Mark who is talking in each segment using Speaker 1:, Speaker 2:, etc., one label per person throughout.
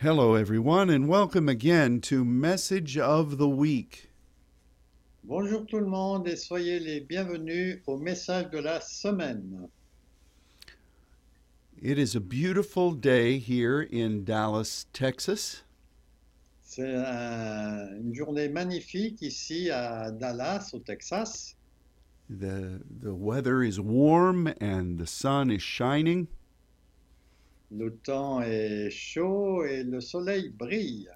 Speaker 1: Hello, everyone, and welcome again to Message of the Week.
Speaker 2: Bonjour tout le monde et soyez les bienvenus au message de la semaine.
Speaker 1: It is a beautiful day here in Dallas, Texas.
Speaker 2: C'est un- une journée magnifique ici à Dallas, au Texas.
Speaker 1: The, the weather is warm and the sun is shining.
Speaker 2: Le temps est chaud et le soleil brille.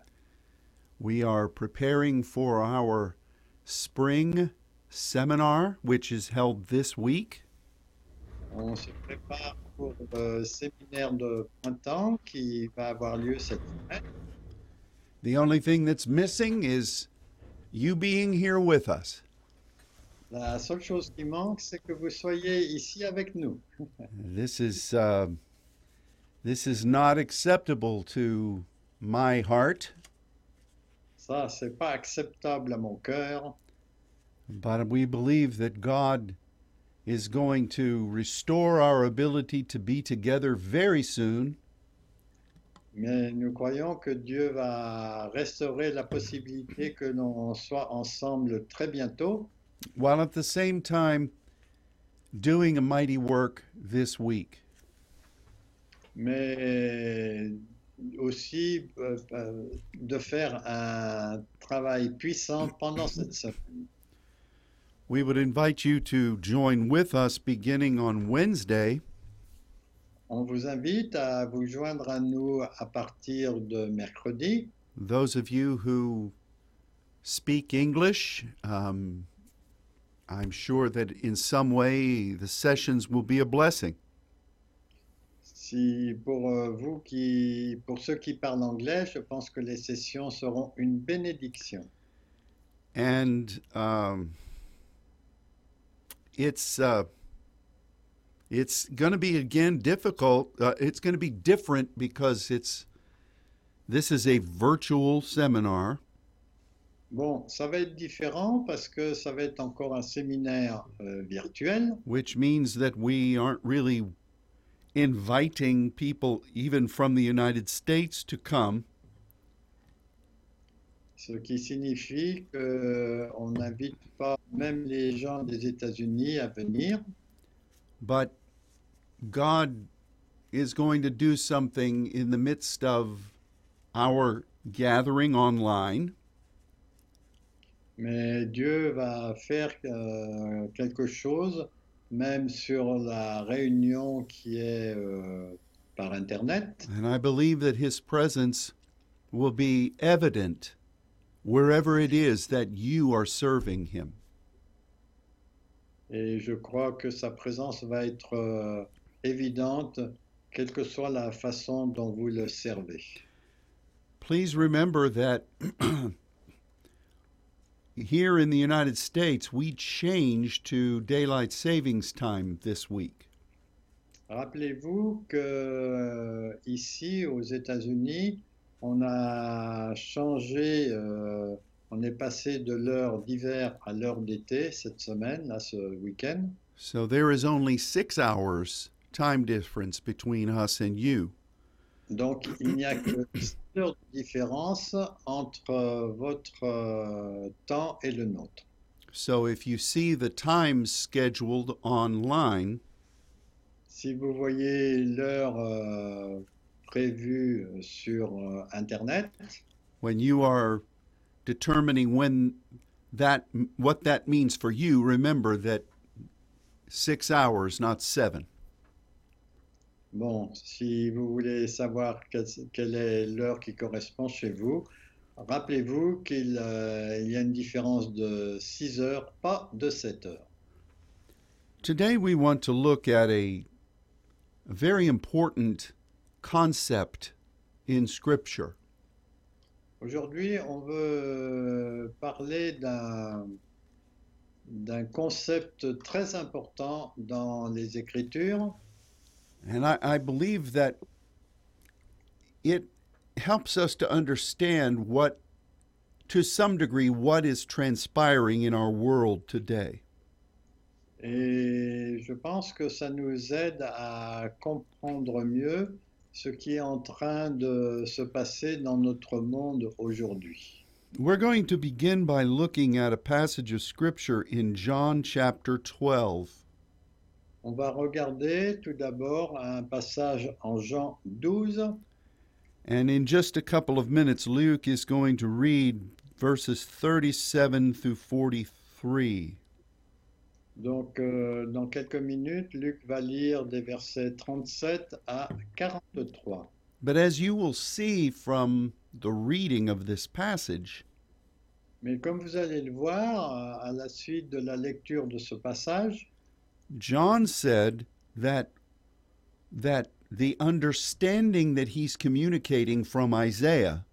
Speaker 1: We are preparing for our spring seminar, which is held this week.
Speaker 2: On se prépare pour le séminaire de printemps qui va avoir lieu cette semaine.
Speaker 1: The only thing that's missing is you being here with us.
Speaker 2: La seule chose qui manque, c'est que vous soyez ici avec nous.
Speaker 1: This is uh, this is not acceptable to my heart,
Speaker 2: Ça, c'est pas acceptable à mon cœur,
Speaker 1: but we believe that God is going to restore our ability to be together very soon,
Speaker 2: mais nous croyons que Dieu va restaurer la possibilité que l'on soit ensemble très bientôt,
Speaker 1: while at the same time doing a mighty work this week.
Speaker 2: mais aussi euh, euh, de faire un travail puissant pendant cette semaine.
Speaker 1: We would invite you to join with us beginning on Wednesday
Speaker 2: On vous invite à vous joindre à nous à partir de mercredi.
Speaker 1: those of you who speak English, um, I'm sure that in some way the sessions will be a blessing.
Speaker 2: Si pour euh, vous qui, pour ceux qui parlent anglais, je pense que les sessions seront une bénédiction.
Speaker 1: And um, it's uh, it's going to be again difficult. Uh, it's going to be different because it's this is a virtual seminar,
Speaker 2: Bon, ça va être différent parce que ça va être encore un séminaire euh, virtuel,
Speaker 1: which means that we aren't really inviting people even from the United States to come.
Speaker 2: ce qui signifie qu'on n'invite pas même les gens des États-Unis à venir,
Speaker 1: But God is going to do something in the midst of our gathering online.
Speaker 2: mais Dieu va faire euh, quelque chose même sur la réunion qui est euh, par Internet.
Speaker 1: And I believe that His presence will be evident wherever it is that you are serving Him.
Speaker 2: Et je crois que sa présence va être euh, évidente, quelle que soit la façon dont vous le servez.
Speaker 1: Please remember that here in the United States, we changed to daylight savings time this week.
Speaker 2: Rappelez-vous que euh, ici, aux États-Unis, on a changé, euh, on est passé de l'heure d'hiver à l'heure d'été cette semaine, là, ce week-end.
Speaker 1: So there is only six hours time difference between us and you.
Speaker 2: Donc, il n'y a que 6 heures de différence entre euh, votre euh, temps et le nôtre.
Speaker 1: So if you see the times scheduled online,
Speaker 2: Si vous voyez l'heure euh, prévue sur euh, Internet,
Speaker 1: when you are determining when that what that means for you, remember that 6 hours not 7.
Speaker 2: bon, si vous voulez savoir quelle, quelle est l'heure qui correspond chez vous, rappelez-vous qu'il euh, il y a une différence de 6 heures, pas de 7 heures.
Speaker 1: Today we want to look at a, a very important concept in scripture.
Speaker 2: Aujourd'hui, on veut parler d'un d'un concept très important dans les Écritures.
Speaker 1: And I, I believe that it helps us to understand what, to some degree, what is transpiring in our world today.
Speaker 2: Et je pense que ça nous aide à comprendre mieux ce qui est en train de se passer dans notre monde aujourd'hui.
Speaker 1: We're going to begin by looking at a passage of scripture in John chapter 12.
Speaker 2: On va regarder tout d'abord un passage en Jean 12
Speaker 1: And in just a couple of minutes, Luke is going to read verses 37 through 43.
Speaker 2: Donc, euh, dans quelques minutes, Luc va lire des versets 37 à 43.
Speaker 1: But as you will see from the reading of this passage,
Speaker 2: Mais comme vous allez le voir euh, à la suite de la lecture de ce passage,
Speaker 1: John said that that the understanding that he's communicating from Isaiah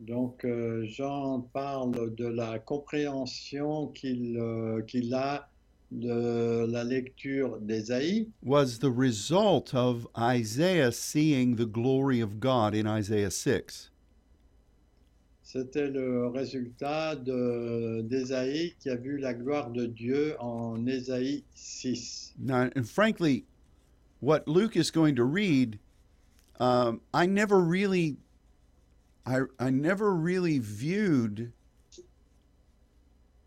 Speaker 2: donc euh, Jean parle de la compréhension qu'il euh, qu'il a de la lecture d'Ésaïe,
Speaker 1: was the result of Isaiah seeing the glory of God in Isaiah 6.
Speaker 2: c'était le résultat de- d'Ésaïe qui a vu la gloire de Dieu en Ésaïe 6.
Speaker 1: Now, and frankly, what Luke is going to read, um, I never really, I I never really viewed.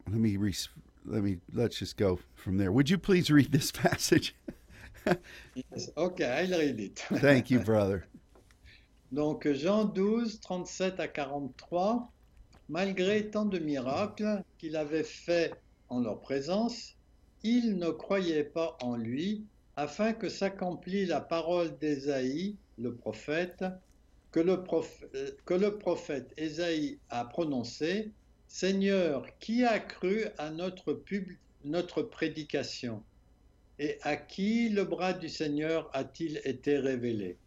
Speaker 1: Let me re- let me let's just go from there. Would you please read this passage?
Speaker 2: Yes, Okay, I'll read it.
Speaker 1: Thank you, brother.
Speaker 2: Donc Jean 12, 37 à 43, malgré tant de miracles qu'il avait faits en leur présence, ils ne croyaient pas en lui, afin que s'accomplît la parole d'Ésaïe, le prophète, que le, proph- euh, que le prophète Ésaïe a prononcé, Seigneur, qui a cru à notre, pub- notre prédication Et à qui le bras du Seigneur a-t-il été révélé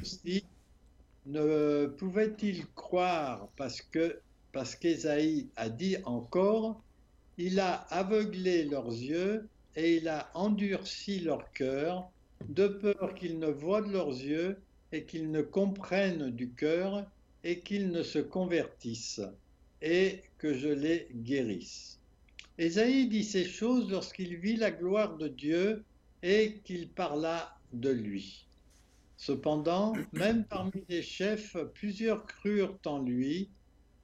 Speaker 2: Aussi, ne pouvait-il croire parce que parce qu'Ésaïe a dit encore, il a aveuglé leurs yeux et il a endurci leur cœur, de peur qu'ils ne voient de leurs yeux et qu'ils ne comprennent du cœur et qu'ils ne se convertissent et que je les guérisse. Ésaïe dit ces choses lorsqu'il vit la gloire de Dieu et qu'il parla de lui. Cependant, même parmi les chefs, plusieurs crurent en lui,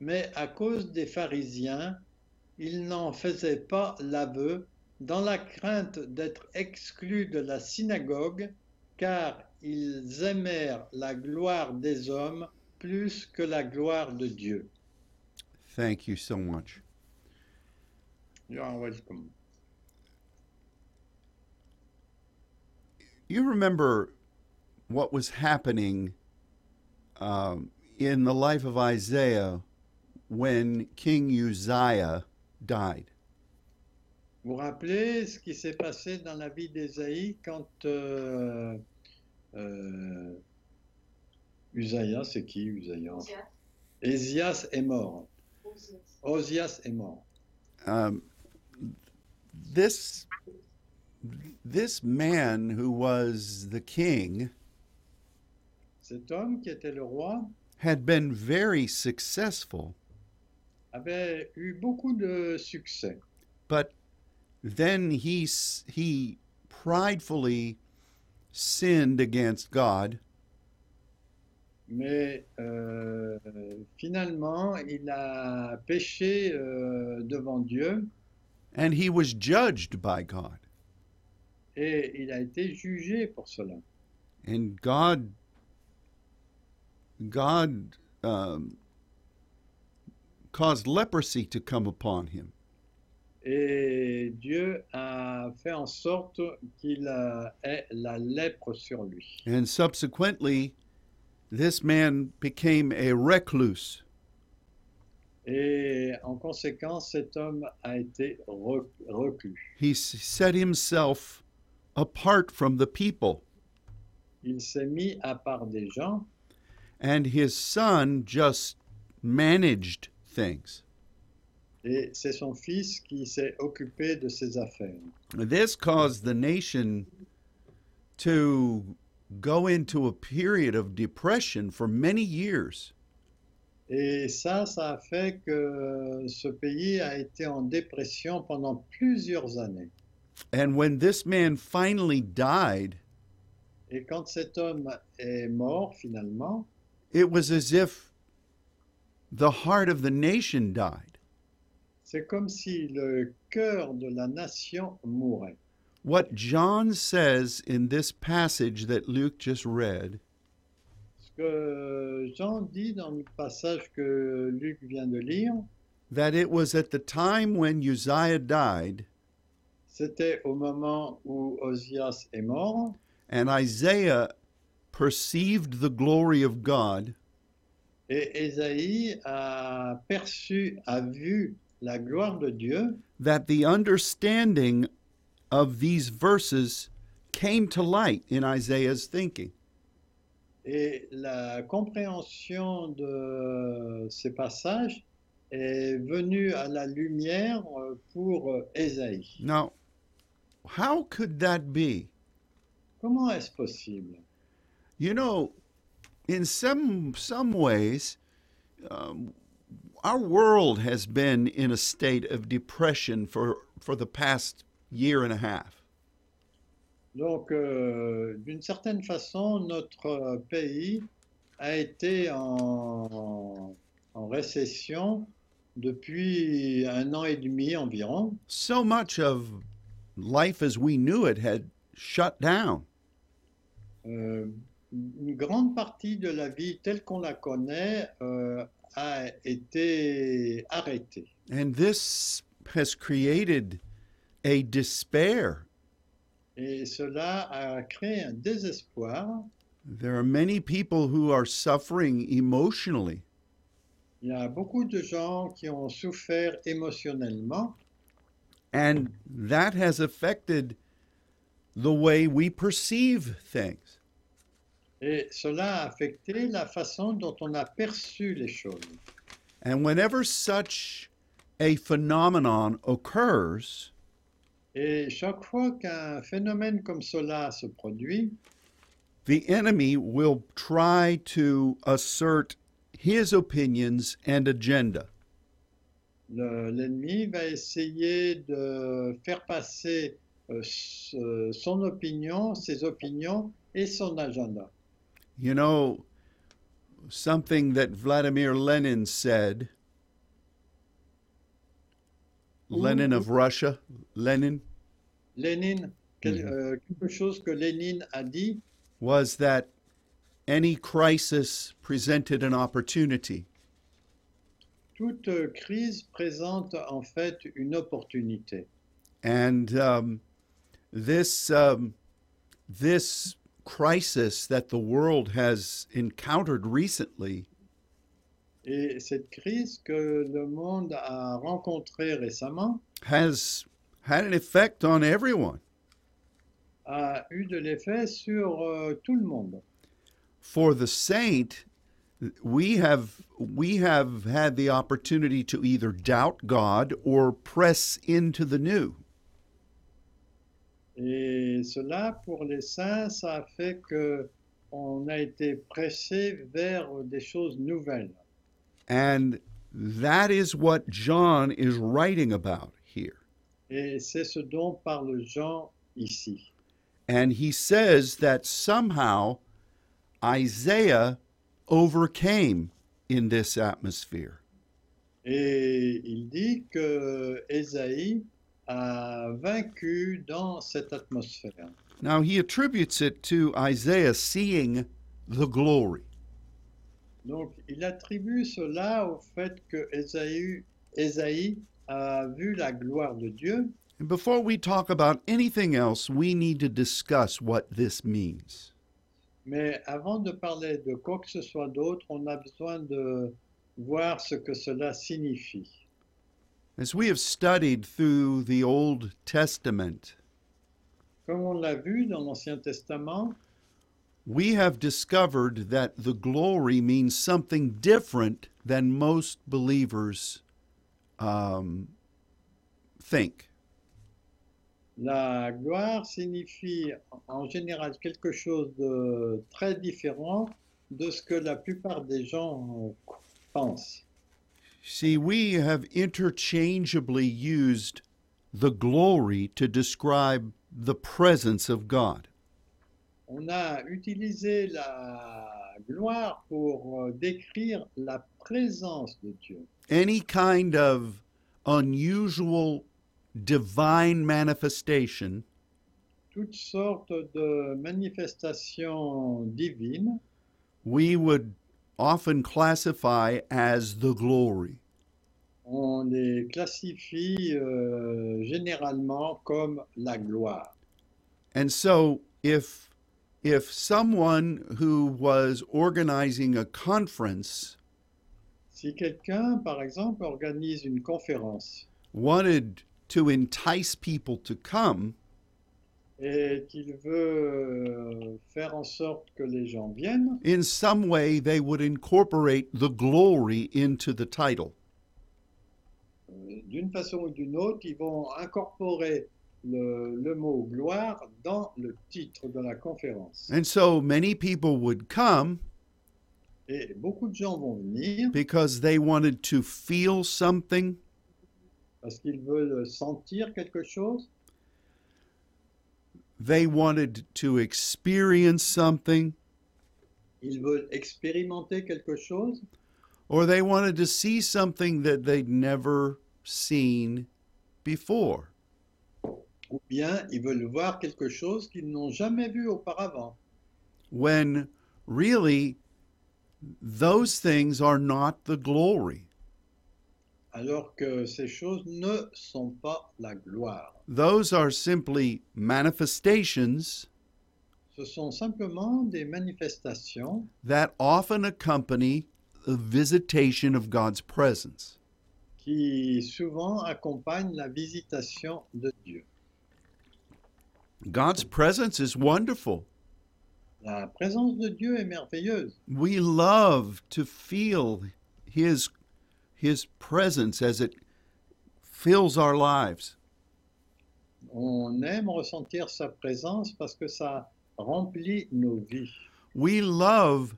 Speaker 2: mais à cause des pharisiens, il n'en faisait pas l'aveu, dans la crainte d'être exclu de la synagogue, car ils aimèrent la gloire des hommes plus que la gloire de Dieu.
Speaker 1: Thank you so much.
Speaker 2: You are welcome.
Speaker 1: You remember what was happening um, in the life of Isaiah when King Uzziah died.
Speaker 2: Vous vous rappelez ce qui s'est passé dans la vie d'Ésaïe quand euh, euh, Usaïa, c'est qui Usaïa Ésias est mort. Osias est mort.
Speaker 1: um, this this man who was the king
Speaker 2: Cet homme qui était le roi
Speaker 1: had been very successful,
Speaker 2: avait eu beaucoup de succès,
Speaker 1: but then he s- he pridefully sinned against God,
Speaker 2: mais euh, finalement il a péché euh, devant Dieu
Speaker 1: and he was judged by God,
Speaker 2: et il a été jugé pour cela.
Speaker 1: and God God um, caused leprosy to come upon him.
Speaker 2: Et Dieu a fait en sorte qu'il euh, ait la lèpre sur lui.
Speaker 1: And subsequently, this man became a recluse.
Speaker 2: Et en conséquence, cet homme a été re- reclus.
Speaker 1: He s- set himself apart from the people,
Speaker 2: Il s'est mis à part des gens
Speaker 1: and his son just managed things.
Speaker 2: et c'est son fils qui s'est occupé de ses affaires.
Speaker 1: This caused the nation to go into a period of depression for many years.
Speaker 2: Et ça, ça a fait que ce pays a été en dépression pendant plusieurs années.
Speaker 1: And when this man finally died,
Speaker 2: Et quand cet homme est mort, finalement,
Speaker 1: it was as if the heart of the nation died.
Speaker 2: c'est comme si le cœur de la nation mourait.
Speaker 1: What John says in this passage that Luke just read
Speaker 2: Ce que Jean dit dans le passage que Luc vient de lire,
Speaker 1: that it was at the time when Uzziah died
Speaker 2: c'était au moment où Osias est mort
Speaker 1: and Isaiah perceived the glory of God
Speaker 2: et Ésaïe a perçu, a vu la gloire de Dieu,
Speaker 1: that the understanding of these verses came to light in Isaiah's thinking.
Speaker 2: Et la compréhension de ces passages est venue à la lumière euh, pour euh, Ésaïe.
Speaker 1: Now, how could that be?
Speaker 2: Comment est-ce possible
Speaker 1: You know, in some some ways, um, our world has been in a state of depression for for the past year and a half.
Speaker 2: Donc, euh, d'une certaine façon, notre euh, pays a été en, en récession depuis un an et demi environ.
Speaker 1: So much of life as we knew it had shut down.
Speaker 2: Euh, une grande partie de la vie telle qu'on la connaît euh, a été arrêtée.
Speaker 1: And this has created a despair.
Speaker 2: Et cela a créé un désespoir.
Speaker 1: There are many people who are suffering emotionally.
Speaker 2: Il y a beaucoup de gens qui ont souffert émotionnellement
Speaker 1: And that has affected the way we perceive things.
Speaker 2: et cela a affecté la façon dont on a perçu les choses.
Speaker 1: And whenever such a phenomenon occurs,
Speaker 2: Et chaque fois qu'un phénomène comme cela se produit,
Speaker 1: the enemy will try to assert his opinions and agenda.
Speaker 2: le- l'ennemi va essayer de faire passer euh, ce- son opinion, ses opinions et son agenda.
Speaker 1: You know, something that Vladimir Lenin said, Lenin of Russia, Lenin,
Speaker 2: Lénine, quel-
Speaker 1: Mhm.
Speaker 2: euh, quelque chose que Lénine a dit,
Speaker 1: was that any crisis presented an opportunity.
Speaker 2: toute euh, crise présente en fait une opportunité.
Speaker 1: And um, this, um, this crisis that the world has encountered recently
Speaker 2: Et cette crise que le monde a rencontrée récemment
Speaker 1: has had an effect on everyone.
Speaker 2: a eu de l'effet sur euh, tout le monde.
Speaker 1: For the saint, we have, we have had the opportunity to either doubt God or press into the new.
Speaker 2: Et cela, pour les saints, ça a fait que on a été pressé vers des choses nouvelles.
Speaker 1: And that is what John is writing about here.
Speaker 2: Et c'est ce dont parle Jean ici.
Speaker 1: And he says that somehow Isaiah overcame in this atmosphere.
Speaker 2: Et il dit que Ésaïe a vaincu dans cette atmosphère.
Speaker 1: Now he attributes it to Isaiah seeing the glory.
Speaker 2: Donc, il attribue cela au fait que Ésaü- Ésaïe a vu la gloire de Dieu.
Speaker 1: And before we talk about anything else, we need to discuss what this means.
Speaker 2: Mais avant de parler de quoi que ce soit d'autre, on a besoin de voir ce que cela signifie.
Speaker 1: As we have studied through the Old Testament,
Speaker 2: Comme on l'a vu dans l'Ancien Testament,
Speaker 1: we have discovered that the glory means something different than most believers um, think.
Speaker 2: la gloire signifie en général quelque chose de très différent de ce que la plupart des gens euh, pensent.
Speaker 1: See, we have interchangeably used the glory to describe the presence of God.
Speaker 2: on a utilisé la gloire pour euh, décrire la présence de Dieu.
Speaker 1: Any kind of unusual divine manifestation
Speaker 2: Toutes sortes de manifestations divines
Speaker 1: we would often classify as the glory.
Speaker 2: on les classifie euh, généralement comme la gloire.
Speaker 1: And so if if someone who was organizing a conference
Speaker 2: Si quelqu'un, par exemple, organise une conférence
Speaker 1: wanted to entice people to come,
Speaker 2: et qu'il veut euh, faire en sorte que les gens viennent,
Speaker 1: in some way they would incorporate the glory into the title.
Speaker 2: euh, d'une façon ou d'une autre, ils vont incorporer le, le mot gloire dans le titre de la conférence.
Speaker 1: And so many people would come
Speaker 2: Et beaucoup de gens vont venir
Speaker 1: because they wanted to feel something,
Speaker 2: parce qu'ils veulent sentir quelque chose,
Speaker 1: they wanted to experience something,
Speaker 2: ils veulent expérimenter quelque chose,
Speaker 1: or they wanted to see something that they'd never seen before.
Speaker 2: ou bien ils veulent voir quelque chose qu'ils n'ont jamais vu auparavant.
Speaker 1: When really, those things are not the glory.
Speaker 2: alors que ces choses ne sont pas la gloire.
Speaker 1: Those are simply manifestations
Speaker 2: Ce sont simplement des manifestations
Speaker 1: that often accompany the visitation of God's presence.
Speaker 2: qui souvent accompagnent la visitation de Dieu.
Speaker 1: God's presence is wonderful.
Speaker 2: La présence de Dieu est merveilleuse.
Speaker 1: We love to feel his his presence as it fills our lives.
Speaker 2: On aime ressentir sa présence parce que ça remplit nos vies.
Speaker 1: We love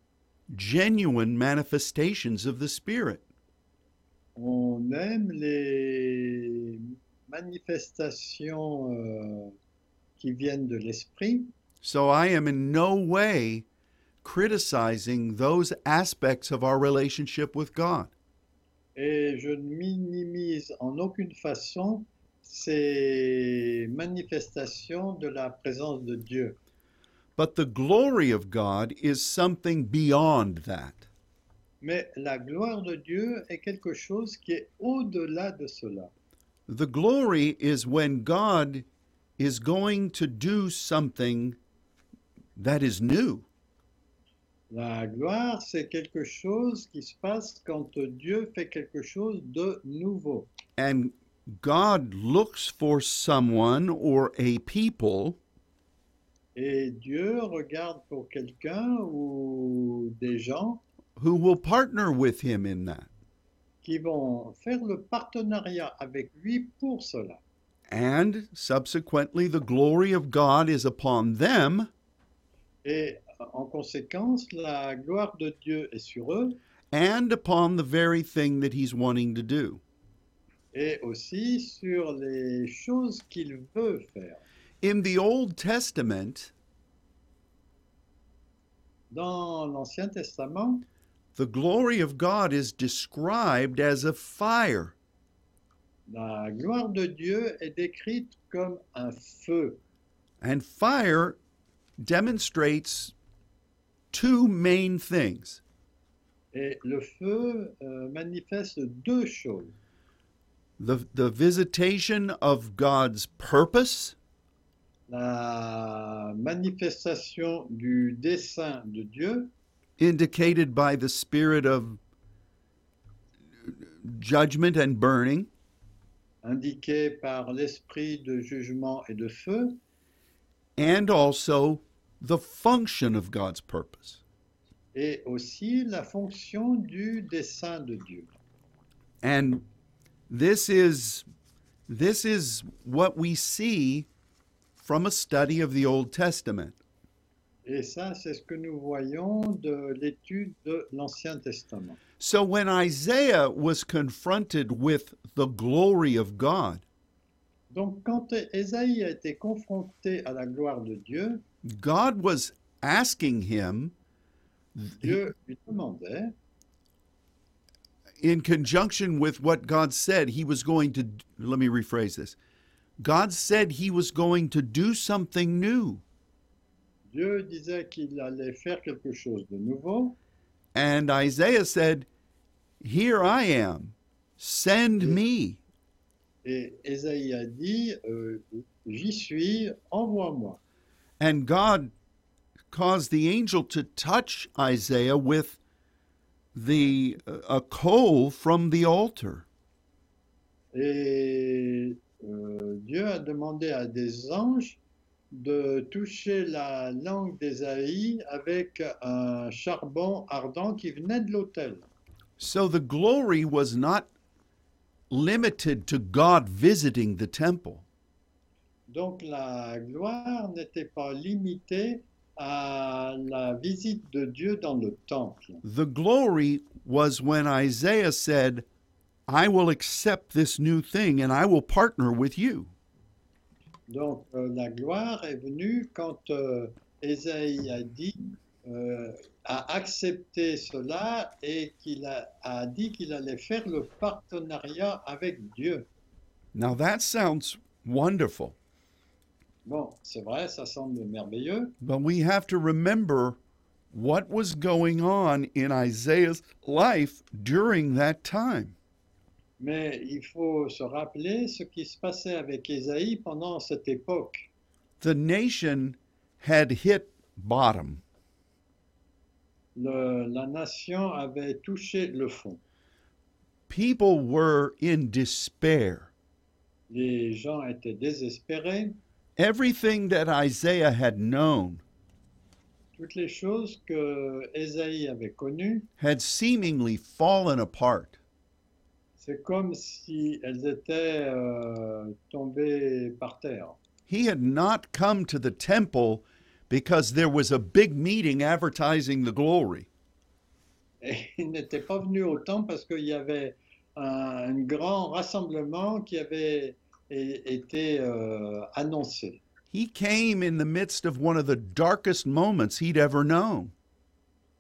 Speaker 1: genuine manifestations of the spirit.
Speaker 2: On aime les manifestations euh, qui viennent de l'esprit.
Speaker 1: So I am in no way criticizing those aspects of our relationship with God.
Speaker 2: Et je ne minimise en aucune façon ces manifestations de la présence de Dieu.
Speaker 1: But the glory of God is something beyond that.
Speaker 2: Mais la gloire de Dieu est quelque chose qui est au-delà de cela.
Speaker 1: The glory is when God is going to do something that is new.
Speaker 2: La gloire, c'est quelque chose qui se passe quand Dieu fait quelque chose de nouveau.
Speaker 1: And God looks for someone or a people
Speaker 2: Et Dieu regarde pour quelqu'un ou des gens
Speaker 1: who will partner with him in that.
Speaker 2: qui vont faire le partenariat avec lui pour cela.
Speaker 1: And subsequently, the glory of God is upon them,
Speaker 2: Et euh, en conséquence, la gloire de Dieu est sur eux
Speaker 1: and upon the very thing that he's wanting to do.
Speaker 2: et aussi sur les choses qu'il veut faire.
Speaker 1: In the Old Testament,
Speaker 2: Dans l'Ancien Testament,
Speaker 1: the glory of God is described as a fire.
Speaker 2: la gloire de Dieu est décrite comme un feu.
Speaker 1: And fire demonstrates two main things
Speaker 2: Et le feu euh, manifeste deux choses.
Speaker 1: the, the visitation of God's purpose
Speaker 2: La manifestation du dessein de Dieu,
Speaker 1: indicated by the spirit of judgment and burning,
Speaker 2: indiquée par l'esprit de jugement et de feu,
Speaker 1: and also the function of God's purpose.
Speaker 2: et aussi la fonction du dessein de Dieu.
Speaker 1: And this is this is what we see from a study of the Old Testament.
Speaker 2: Et ça, c'est ce que nous voyons de l'étude de l'Ancien Testament.
Speaker 1: So when Isaiah was confronted with the glory of God,
Speaker 2: Donc, quand Ésaïe a été confronté à la gloire de Dieu,
Speaker 1: God was asking him
Speaker 2: Dieu lui demandait,
Speaker 1: in conjunction with what God said he was going to let me rephrase this. God said he was going to do something new
Speaker 2: Dieu disait qu'il allait faire quelque chose de nouveau,
Speaker 1: and Isaiah said, "Here I am. Send me."
Speaker 2: et Ésaïe a dit, euh, j'y suis, envoie-moi.
Speaker 1: And God caused the angel to touch Isaiah with the a coal from the altar.
Speaker 2: Et euh, Dieu a demandé à des anges de toucher la langue d'Ésaïe avec un charbon ardent qui venait de l'autel.
Speaker 1: So the glory was not limited to God visiting the temple.
Speaker 2: Donc la gloire n'était pas limitée à la visite de Dieu dans le temple.
Speaker 1: The glory was when Isaiah said, I will accept this new thing and I will partner with you.
Speaker 2: Donc euh, la gloire est venue quand euh, Ésaïe a dit, euh, a accepté cela et qu'il a, a dit qu'il allait faire le partenariat avec Dieu.
Speaker 1: Now that sounds wonderful,
Speaker 2: Bon, c'est vrai, ça semble merveilleux,
Speaker 1: but we have to remember what was going on in Isaiah's life during that time.
Speaker 2: mais il faut se rappeler ce qui se passait avec Ésaïe pendant cette époque.
Speaker 1: The nation had hit bottom.
Speaker 2: Le- la nation avait touché le fond.
Speaker 1: People were in despair.
Speaker 2: Les gens étaient désespérés.
Speaker 1: Everything that Isaiah had known
Speaker 2: Toutes les choses que Ésaïe avait connues,
Speaker 1: had seemingly fallen apart.
Speaker 2: c'est comme si elles étaient euh, tombées par terre.
Speaker 1: He had not come to the temple because there was a big meeting advertising the glory.
Speaker 2: Et il n'était pas venu au temple parce qu'il y avait un, un grand rassemblement qui avait é- été euh, annoncé.
Speaker 1: He came in the midst of one of the darkest moments he'd ever known.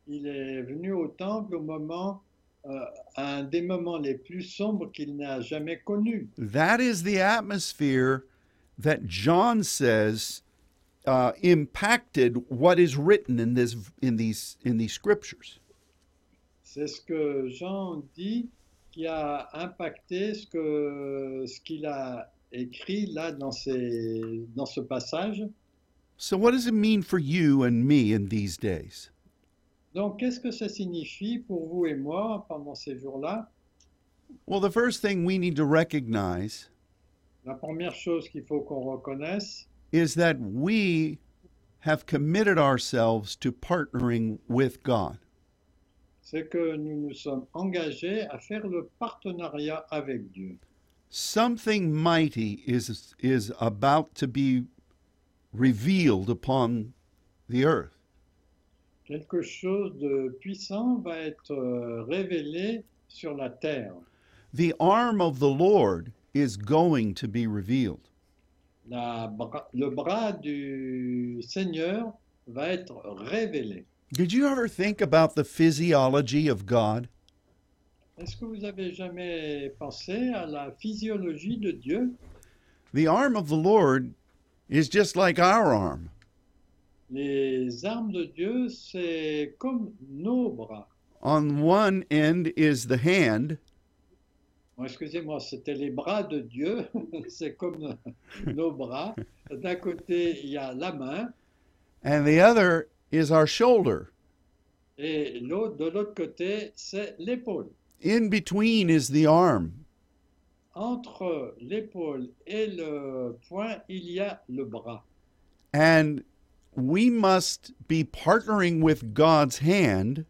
Speaker 2: Il est venu au temple au moment, euh, un des moments les plus sombres qu'il n'a jamais connus.
Speaker 1: That is the atmosphere that John says uh, impacted what is written in this in these in these scriptures.
Speaker 2: C'est ce que Jean dit qui a impacté ce que ce qu'il a écrit là dans, ces, dans ce passage.
Speaker 1: So what does it mean for you and me in these days?
Speaker 2: Donc, qu'est-ce que ça signifie pour vous et moi pendant ces jours-là
Speaker 1: Well, the first thing we need to recognize
Speaker 2: La première chose qu'il faut qu'on reconnaisse,
Speaker 1: is that we have committed ourselves to partnering with God.
Speaker 2: c'est que nous nous sommes engagés à faire le partenariat avec Dieu.
Speaker 1: Something mighty is is about to be revealed upon the earth.
Speaker 2: Quelque chose de puissant va être euh, révélé sur la terre.
Speaker 1: The arm of the Lord is going to be revealed.
Speaker 2: La bra- le bras du Seigneur va être révélé.
Speaker 1: Did you ever think about the physiology of God?
Speaker 2: Est-ce que vous avez jamais pensé à la physiologie de Dieu
Speaker 1: The arm of the Lord is just like our arm.
Speaker 2: Les armes de Dieu, c'est comme nos bras.
Speaker 1: On one end is the hand,
Speaker 2: Bon, Excusez-moi, c'était les bras de Dieu, c'est comme nos- nos bras. D'un côté, il y a la main,
Speaker 1: and the other is our shoulder.
Speaker 2: et l'autre, de l'autre côté, c'est l'épaule.
Speaker 1: In between is the arm.
Speaker 2: Entre l'épaule et le poing, il y a le bras.
Speaker 1: And we must be partnering with God's hand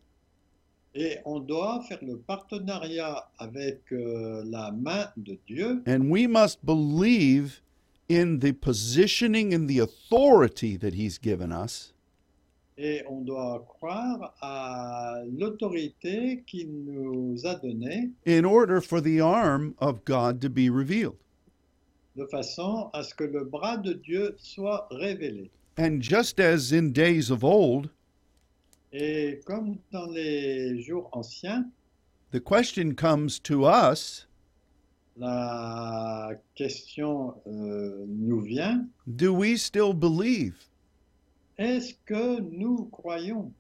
Speaker 2: Et on doit faire le partenariat avec euh, la main de Dieu,
Speaker 1: and we must believe in the positioning and the authority that He's given us
Speaker 2: et on doit croire à l'autorité qu'il nous a donnée,
Speaker 1: in order for the arm of God to be revealed.
Speaker 2: de façon à ce que le bras de Dieu soit révélé.
Speaker 1: And just as in days of old,
Speaker 2: Et comme dans les jours anciens,
Speaker 1: the question comes to us
Speaker 2: la question euh, nous vient,
Speaker 1: do we still believe?
Speaker 2: est-ce que nous croyons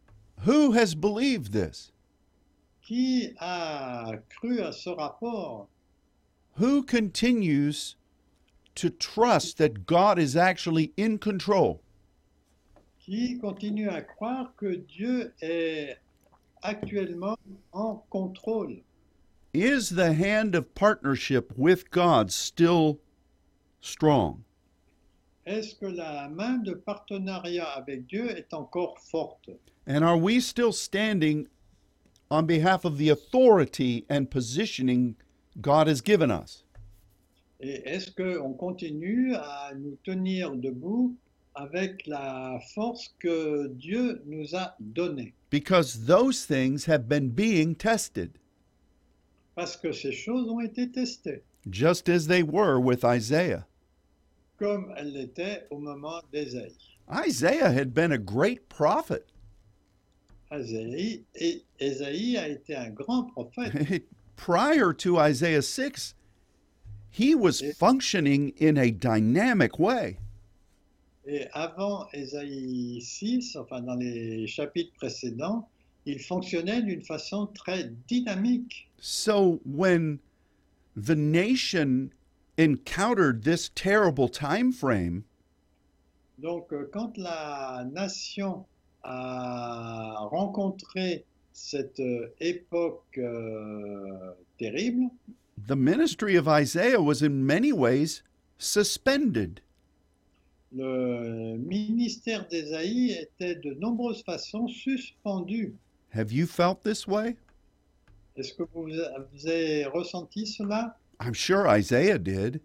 Speaker 1: Who has believed this?
Speaker 2: Qui a cru à ce rapport
Speaker 1: Who continues to trust that God is actually in control?
Speaker 2: Qui continue à croire que Dieu est actuellement en contrôle
Speaker 1: Is the hand of partnership with God still strong?
Speaker 2: Est-ce que la main de partenariat avec Dieu est encore forte
Speaker 1: And are we still standing on behalf of the authority and positioning God has given us?
Speaker 2: Et est-ce qu'on continue à nous tenir debout avec la force que Dieu nous a donnée
Speaker 1: Because those things have been being tested,
Speaker 2: Parce que ces choses ont été testées,
Speaker 1: just as they were with Isaiah.
Speaker 2: comme elles l'étaient au moment d'Ésaïe.
Speaker 1: Isaiah had been a great prophet.
Speaker 2: Ésaïe, et Ésaïe a été un grand prophète.
Speaker 1: Prior to Isaiah 6, he was functioning in a dynamic way.
Speaker 2: Et avant Ésaïe 6, enfin dans les chapitres précédents, il fonctionnait d'une façon très dynamique.
Speaker 1: So when the nation encountered this terrible time frame,
Speaker 2: Donc euh, quand la nation a rencontré cette euh, époque euh, terrible,
Speaker 1: the ministry of Isaiah was in many ways suspended.
Speaker 2: le ministère d'Ésaïe était de nombreuses façons suspendu.
Speaker 1: Have you felt this way?
Speaker 2: Est-ce que vous vous avez ressenti cela
Speaker 1: I'm sure Isaiah did,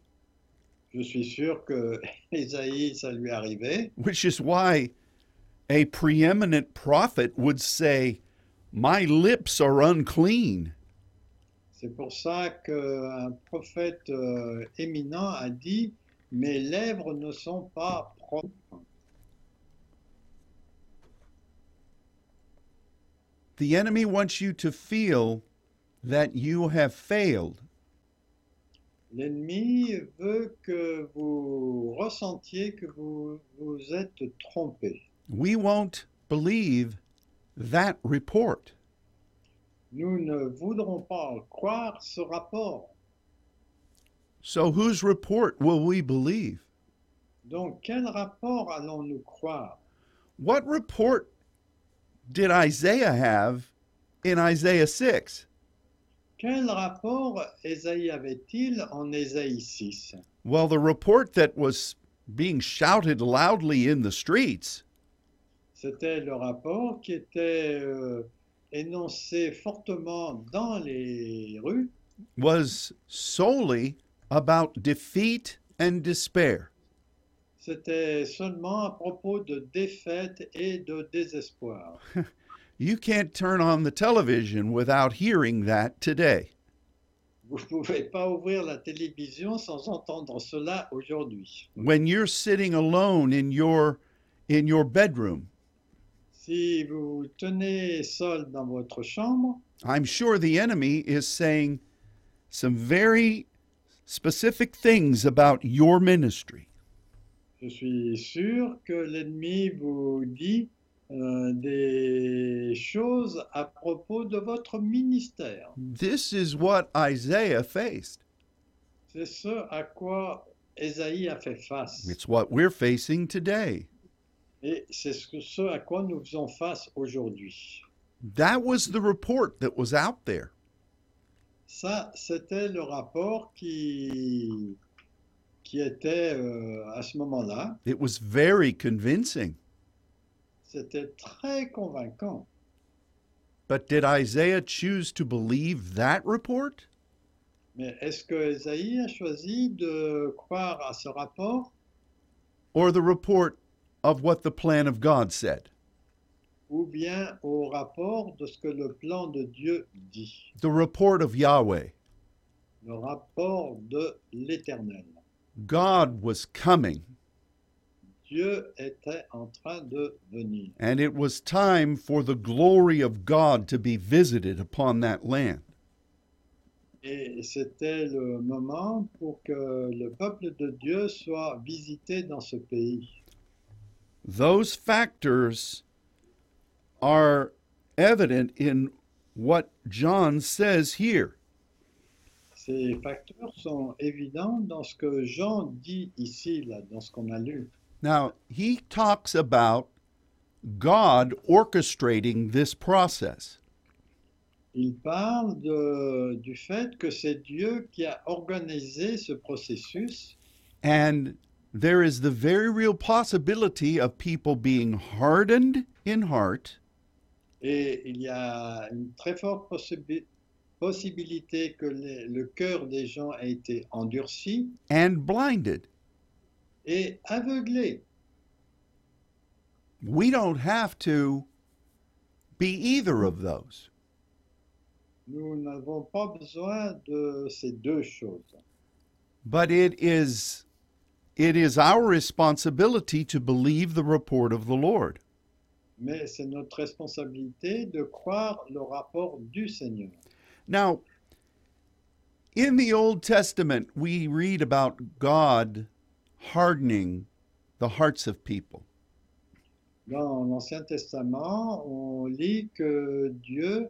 Speaker 2: Je suis sûr que Ésaïe, ça lui arrivait.
Speaker 1: which is why a preeminent prophet would say, My lips are unclean.
Speaker 2: C'est pour ça qu'un prophète euh, éminent a dit Mes lèvres ne sont pas propres.
Speaker 1: The enemy wants you to feel that you have failed.
Speaker 2: L'ennemi veut que vous ressentiez que vous vous êtes trompé.
Speaker 1: We won't believe that report.
Speaker 2: Nous ne voudrons pas croire ce rapport.
Speaker 1: So, whose report will we believe?
Speaker 2: Donc, quel rapport allons-nous croire
Speaker 1: What report did Isaiah have in Isaiah 6?
Speaker 2: Quel rapport Ésaïe avait-il en Ésaïe 6
Speaker 1: Well, the report that was being shouted loudly in the streets
Speaker 2: C'était le rapport qui était euh, énoncé fortement dans les rues.
Speaker 1: was solely about defeat and despair.
Speaker 2: C'était seulement à propos de défaite et de désespoir.
Speaker 1: You can't turn on the television without hearing that today.
Speaker 2: Vous ne pouvez pas ouvrir la télévision sans entendre cela aujourd'hui.
Speaker 1: When you're sitting alone in your in your bedroom,
Speaker 2: Si vous vous tenez seul dans votre chambre,
Speaker 1: I'm sure the enemy is saying some very specific things about your ministry.
Speaker 2: je suis sûr que l'ennemi vous dit euh, des choses à propos de votre ministère.
Speaker 1: This is what Isaiah faced.
Speaker 2: C'est ce à quoi Ésaïe a fait face.
Speaker 1: It's what we're facing today.
Speaker 2: Et c'est ce, que- ce à quoi nous faisons face aujourd'hui.
Speaker 1: That was the report that was out there.
Speaker 2: Ça, c'était le rapport qui, qui était euh, à ce moment-là.
Speaker 1: It was very convincing.
Speaker 2: C'était très convaincant.
Speaker 1: But did Isaiah choose to believe that report?
Speaker 2: Mais est-ce que Esaïe a choisi de croire à ce rapport
Speaker 1: Or the report of what the plan of God said?
Speaker 2: ou bien au rapport de ce que le plan de Dieu dit,
Speaker 1: The report of Yahweh.
Speaker 2: le rapport de l'Éternel
Speaker 1: God was coming.
Speaker 2: Dieu était en train de venir.
Speaker 1: and it was time for the glory of God to be visited upon that land.
Speaker 2: Et c'était le moment pour que le peuple de Dieu soit visité dans ce pays.
Speaker 1: Those factors are evident in what John says here.
Speaker 2: Ces facteurs sont évidents dans ce que Jean dit ici, là, dans ce qu'on a lu.
Speaker 1: Now, he talks about God orchestrating this process.
Speaker 2: Il parle de- du fait que c'est Dieu qui a organisé ce processus
Speaker 1: And there is the very real possibility of people being hardened in heart
Speaker 2: et il y a une très forte possibi- possibilité que les- le cœur des gens ait été endurci
Speaker 1: and blinded.
Speaker 2: et aveuglé.
Speaker 1: We don't have to be either of those.
Speaker 2: Nous n'avons pas besoin de ces deux choses.
Speaker 1: But it is it is our responsibility to believe the report of the Lord.
Speaker 2: Mais c'est notre responsabilité de croire le rapport du Seigneur.
Speaker 1: Now, in the Old Testament, we read about God hardening the hearts of people.
Speaker 2: Dans l'Ancien Testament, on lit que Dieu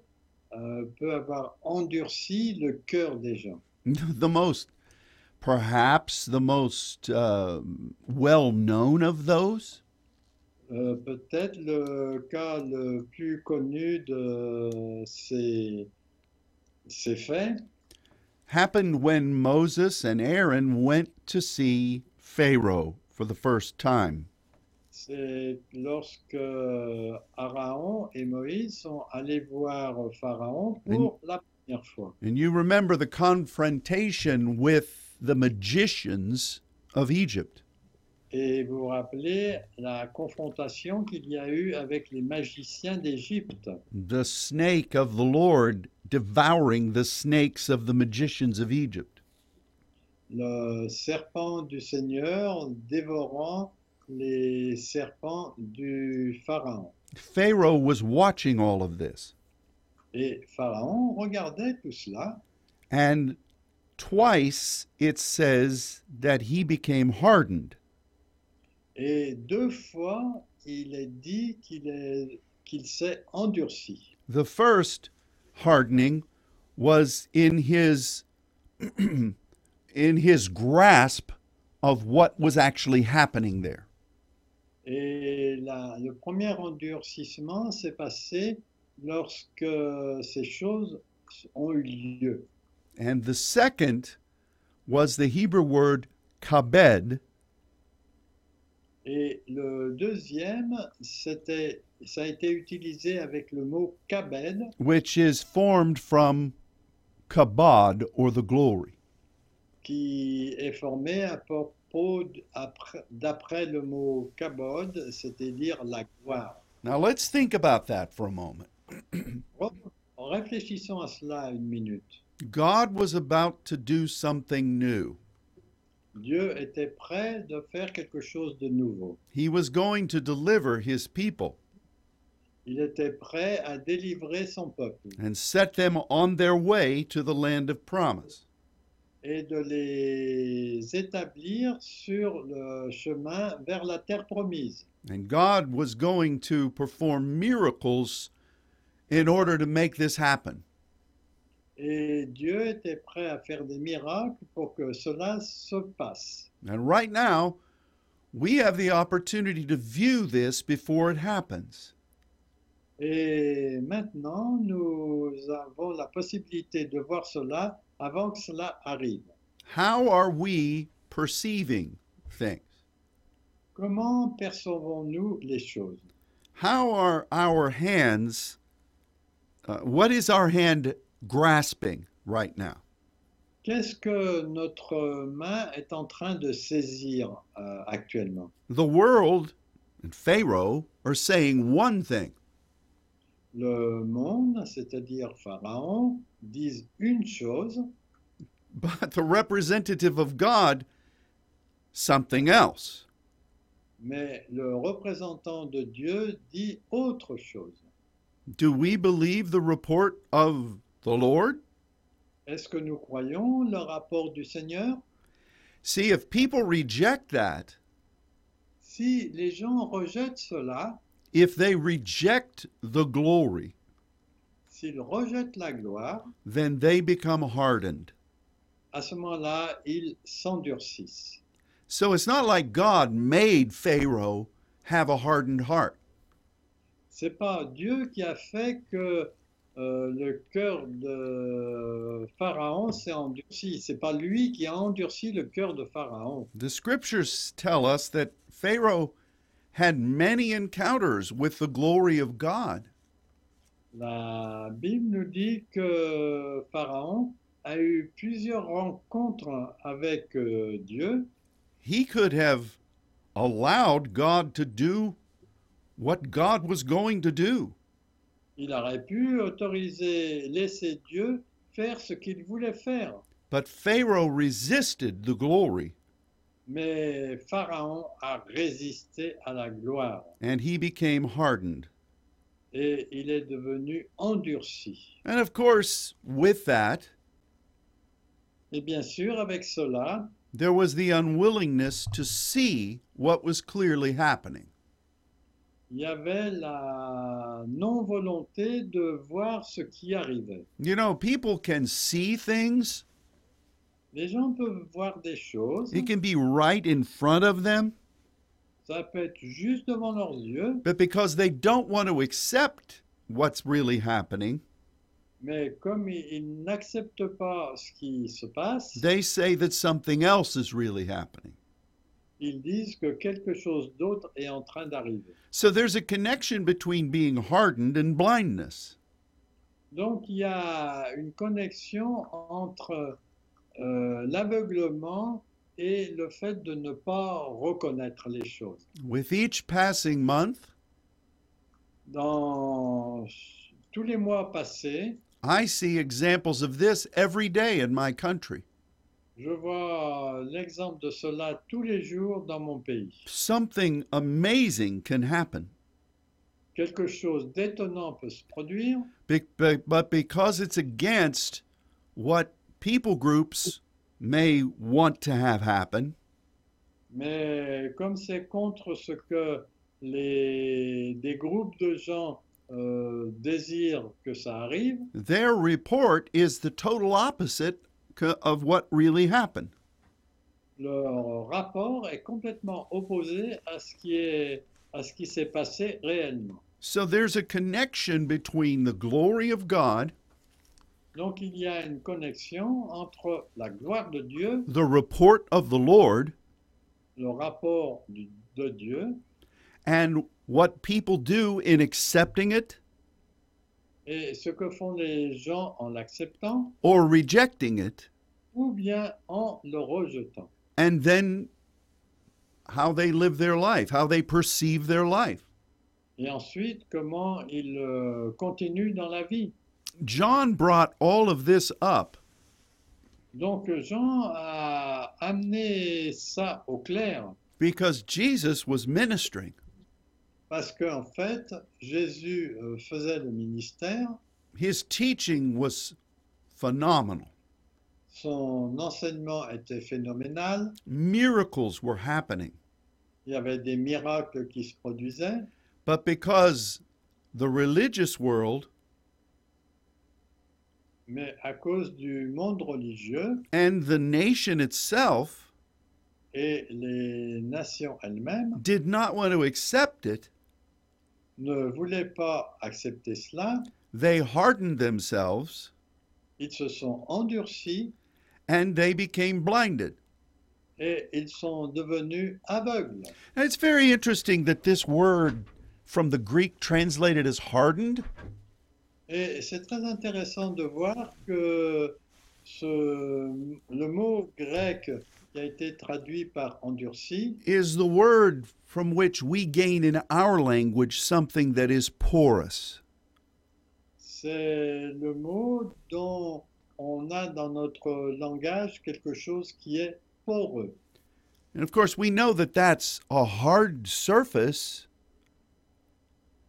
Speaker 2: euh, peut avoir endurci le cœur des gens.
Speaker 1: The most, perhaps the most uh, well known of those
Speaker 2: Euh, peut-être le cas le plus connu de ces, ces faits,
Speaker 1: happened when Moses and Aaron went to see Pharaoh for the first time.
Speaker 2: c'est lorsque Aaron et Moïse sont allés voir Pharaon pour la première fois.
Speaker 1: And you remember the confrontation with the magicians of Egypt.
Speaker 2: Et vous vous rappelez la confrontation qu'il y a eu avec les magiciens d'Égypte.
Speaker 1: the snake of the Lord devouring the snakes of the magicians of Egypt.
Speaker 2: le serpent du Seigneur dévorant les serpents du Pharaon.
Speaker 1: Pharaoh was watching all of this,
Speaker 2: Et Pharaon regardait tout cela,
Speaker 1: and twice it says that he became hardened.
Speaker 2: et deux fois, il est dit qu'il est- qu'il s'est endurci.
Speaker 1: The first hardening was in his in his grasp of what was actually happening there.
Speaker 2: Et la- le premier endurcissement s'est passé lorsque ces choses ont eu lieu.
Speaker 1: And the second was the Hebrew word kabed,
Speaker 2: Et le deuxième, c'était, ça a été utilisé avec le mot kabed,
Speaker 1: which is formed from kabod or the glory.
Speaker 2: qui est formé à propos d- après- d'après le mot kabod, c'est-à-dire la gloire.
Speaker 1: Now let's think about that for a moment.
Speaker 2: Re- En réfléchissant à cela une minute,
Speaker 1: God was about to do something new.
Speaker 2: Dieu était prêt de faire quelque chose de nouveau.
Speaker 1: He was going to deliver his people
Speaker 2: Il était prêt à délivrer son peuple
Speaker 1: and set them on their way to the land of promise.
Speaker 2: et de les établir sur le chemin vers la terre promise.
Speaker 1: And God was going to perform miracles in order to make this happen.
Speaker 2: Et Dieu était prêt à faire des miracles pour que cela se passe.
Speaker 1: And right now, we have the opportunity to view this before it happens.
Speaker 2: Et maintenant, nous avons la possibilité de voir cela avant que cela arrive.
Speaker 1: How are we perceiving things?
Speaker 2: Comment percevons-nous les choses
Speaker 1: How are our hands, uh, what is our hand grasping right now?
Speaker 2: Qu'est-ce que notre main est en train de saisir euh, actuellement
Speaker 1: The world and Pharaoh are saying one thing,
Speaker 2: Le monde, c'est-à-dire Pharaon, disent une chose,
Speaker 1: but the representative of God, something else.
Speaker 2: mais le représentant de Dieu dit autre chose.
Speaker 1: Do we believe the report of the Lord?
Speaker 2: Est-ce que nous croyons le rapport du Seigneur
Speaker 1: See, if people reject that,
Speaker 2: Si les gens rejettent cela,
Speaker 1: if they reject the glory,
Speaker 2: s'ils rejettent la gloire,
Speaker 1: then they become hardened.
Speaker 2: à ce moment-là, ils s'endurcissent.
Speaker 1: So it's not like God made Pharaoh have a hardened heart.
Speaker 2: C'est pas Dieu qui a fait que euh, le cœur de Pharaon s'est endurci. C'est pas lui qui a endurci le cœur de Pharaon.
Speaker 1: The scriptures tell us that Pharaoh had many encounters with the glory of God.
Speaker 2: La Bible nous dit que Pharaon a eu plusieurs rencontres avec euh, Dieu.
Speaker 1: He could have allowed God to do what God was going to do.
Speaker 2: Il aurait pu autoriser, laisser Dieu faire ce qu'il voulait faire.
Speaker 1: But Pharaoh resisted the glory
Speaker 2: Mais Pharaon a résisté à la gloire
Speaker 1: and he became hardened.
Speaker 2: et il est devenu endurci.
Speaker 1: And of course, with that,
Speaker 2: Et bien sûr, avec cela,
Speaker 1: there was the unwillingness to see what was clearly happening.
Speaker 2: il y avait la non-volonté de voir ce qui arrivait.
Speaker 1: You know, people can see things,
Speaker 2: Les gens peuvent voir des choses,
Speaker 1: it can be right in front of them,
Speaker 2: ça peut être juste devant leurs yeux,
Speaker 1: but because they don't want to accept what's really happening,
Speaker 2: mais comme ils, ils n'acceptent pas ce qui se passe,
Speaker 1: they say that something else is really happening.
Speaker 2: ils disent que quelque chose d'autre est en train d'arriver.
Speaker 1: So there's a connection between being hardened and blindness.
Speaker 2: Donc il y a une connexion entre euh, l'aveuglement et le fait de ne pas reconnaître les choses.
Speaker 1: With each passing month,
Speaker 2: Dans tous les mois passés,
Speaker 1: I see examples of this every day in my country.
Speaker 2: je vois l'exemple de cela tous les jours dans mon pays.
Speaker 1: Something amazing can happen.
Speaker 2: Quelque chose d'étonnant peut se produire,
Speaker 1: Be- be- but because it's against what people groups may want to have happen,
Speaker 2: mais comme c'est contre ce que les, des groupes de gens euh, désirent que ça arrive,
Speaker 1: their report is the total opposite co- of what really happened.
Speaker 2: leur rapport est complètement opposé à ce qui est à ce qui s'est passé réellement.
Speaker 1: So there's a connection between the glory of God,
Speaker 2: Donc il y a une connexion entre la gloire de Dieu,
Speaker 1: the report of the Lord,
Speaker 2: le rapport du- de Dieu
Speaker 1: and what people do in accepting it
Speaker 2: et ce que font les gens en l'acceptant
Speaker 1: or rejecting it,
Speaker 2: ou bien en le rejetant
Speaker 1: and then how they live their life, how they perceive their life.
Speaker 2: et ensuite comment ils euh, continuent dans la vie.
Speaker 1: John brought all of this up
Speaker 2: Donc Jean a amené ça au clair
Speaker 1: because Jesus was ministering.
Speaker 2: parce qu'en fait Jésus euh, faisait le ministère
Speaker 1: His teaching was phenomenal.
Speaker 2: Son enseignement était phénoménal.
Speaker 1: Miracles were happening.
Speaker 2: Il y avait des miracles qui se produisaient.
Speaker 1: But because the religious world
Speaker 2: Mais à cause du monde religieux
Speaker 1: and the nation itself
Speaker 2: et les nations elles-mêmes
Speaker 1: did not want to accept it,
Speaker 2: ne voulaient pas accepter cela,
Speaker 1: they hardened themselves
Speaker 2: ils se sont endurcis
Speaker 1: and they became blinded.
Speaker 2: et ils sont devenus aveugles.
Speaker 1: And it's very interesting that this word from the Greek translated as hardened
Speaker 2: Et c'est très intéressant de voir que ce- le mot grec qui a été traduit par endurci
Speaker 1: is the word from which we gain in our language something that is porous.
Speaker 2: C'est le mot dont on a dans notre langage quelque chose qui est poreux.
Speaker 1: And of course, we know that that's a hard surface,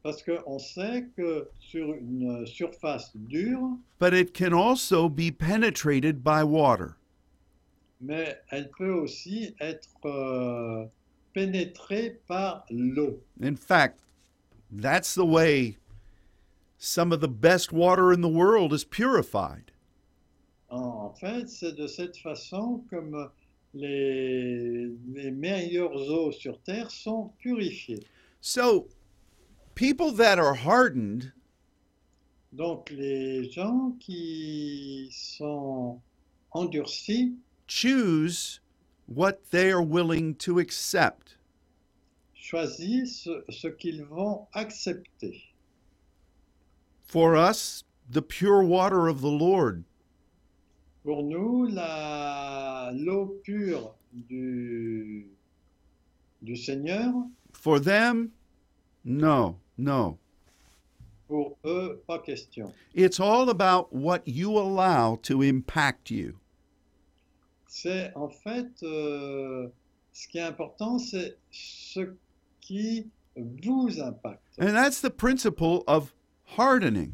Speaker 2: Parce qu'on sait que sur une surface dure,
Speaker 1: but it can also be penetrated by water.
Speaker 2: mais elle peut aussi être euh, pénétrée par l'eau.
Speaker 1: In fact, that's the way some of the best water in the world is purified.
Speaker 2: En, en fait, c'est de cette façon comme les, les meilleures eaux sur Terre sont purifiées.
Speaker 1: So, people that are hardened
Speaker 2: Donc les gens qui sont endurcis
Speaker 1: choose what they are willing to accept.
Speaker 2: choisissent ce qu'ils vont accepter.
Speaker 1: For us, the pure water of the Lord
Speaker 2: Pour nous, la- l'eau pure du, du Seigneur,
Speaker 1: For them, no, no.
Speaker 2: pour eux, pas question.
Speaker 1: It's all about what you allow to impact you.
Speaker 2: C'est en fait, euh, ce qui est important, c'est ce qui vous impacte.
Speaker 1: And that's the principle of hardening.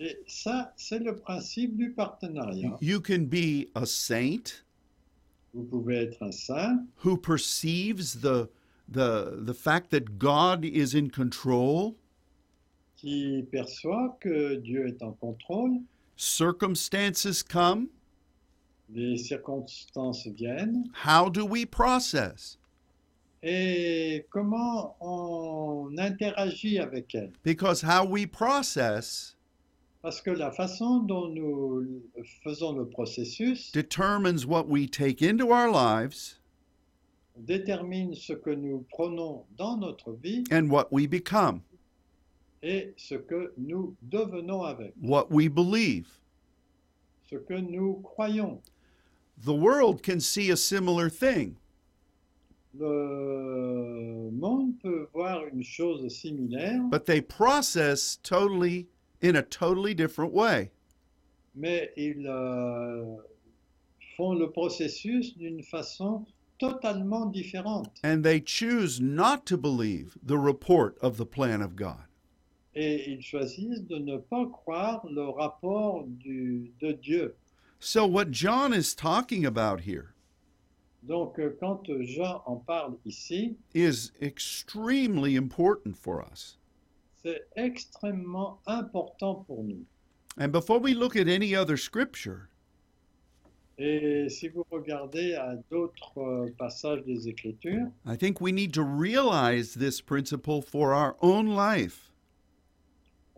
Speaker 2: Et ça, c'est le principe du partenariat.
Speaker 1: You can be a saint
Speaker 2: Vous pouvez être un saint
Speaker 1: who perceives the the the fact that God is in control,
Speaker 2: qui perçoit que Dieu est en contrôle,
Speaker 1: circumstances come,
Speaker 2: les circonstances viennent,
Speaker 1: how do we process?
Speaker 2: et comment on interagit avec elles.
Speaker 1: Because how we process
Speaker 2: Parce que la façon dont nous faisons le processus
Speaker 1: determines what we take into our lives
Speaker 2: détermine ce que nous prenons dans notre vie
Speaker 1: and what we become,
Speaker 2: et ce que nous devenons avec,
Speaker 1: what we believe.
Speaker 2: ce que nous croyons.
Speaker 1: The world can see a similar thing.
Speaker 2: Le monde peut voir une chose similaire,
Speaker 1: but they process totally in a totally different way.
Speaker 2: mais ils euh, font le processus d'une façon totalement différente.
Speaker 1: And they choose not to believe the report of the plan of God.
Speaker 2: Et ils choisissent de ne pas croire le rapport du- de Dieu.
Speaker 1: So, what John is talking about here
Speaker 2: Donc euh, quand Jean en parle ici,
Speaker 1: is extremely important for us.
Speaker 2: C'est extrêmement important pour nous.
Speaker 1: And before we look at any other scripture,
Speaker 2: Et si vous regardez à d'autres euh, passages des Écritures,
Speaker 1: I think we need to realize this principle for our own life.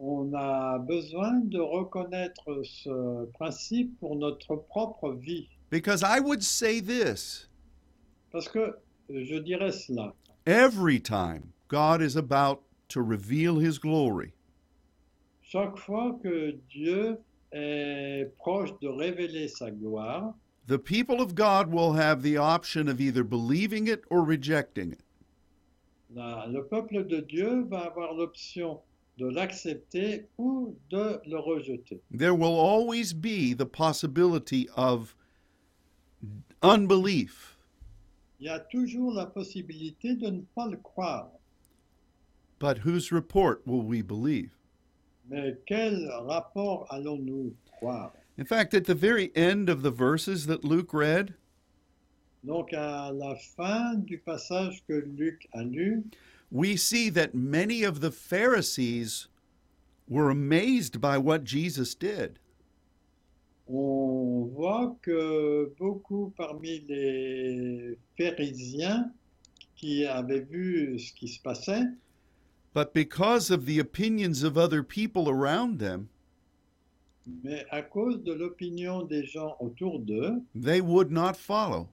Speaker 2: on a besoin de reconnaître ce principe pour notre propre vie.
Speaker 1: Because I would say this
Speaker 2: Parce que je dirais cela,
Speaker 1: every time God is about to reveal his glory,
Speaker 2: chaque fois que Dieu est proche de révéler sa gloire,
Speaker 1: The people of God will have the option of either believing it or rejecting it.
Speaker 2: la- le peuple de Dieu va avoir l'option de l'accepter ou de le rejeter.
Speaker 1: There will always be the possibility of unbelief.
Speaker 2: Il y a toujours la possibilité de ne pas le croire.
Speaker 1: But whose report will we believe?
Speaker 2: Mais quel rapport allons-nous croire
Speaker 1: In fact, at the very end of the verses that Luke read,
Speaker 2: Donc à la fin du passage que Luc a lu,
Speaker 1: we see that many of the Pharisees were amazed by what Jesus did.
Speaker 2: on voit que beaucoup parmi les pharisiens qui avaient vu ce qui se passait,
Speaker 1: But because of the opinions of other people around them,
Speaker 2: mais à cause de l'opinion des gens autour d'eux,
Speaker 1: they would not follow.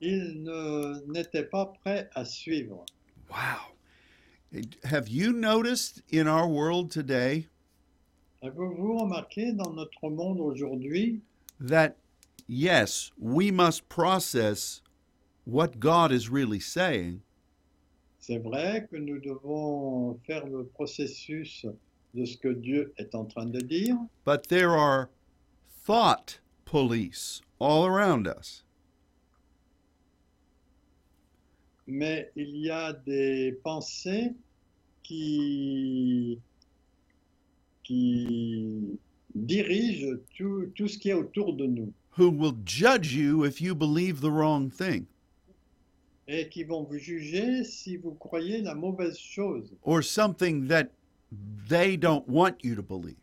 Speaker 2: ils ne- n'étaient pas prêts à suivre.
Speaker 1: Wow. Have you noticed in our world today
Speaker 2: Avez-vous remarqué dans notre monde aujourd'hui
Speaker 1: that, yes, we must process what God is really saying,
Speaker 2: C'est vrai que nous devons faire le processus de ce que Dieu est en train de dire,
Speaker 1: but there are thought police all around us.
Speaker 2: mais il y a des pensées qui, qui dirigent tout, tout ce qui est autour de nous
Speaker 1: who will judge you if you believe the wrong thing
Speaker 2: et qui vont vous juger si vous croyez la mauvaise chose
Speaker 1: or something that they don't want you to believe.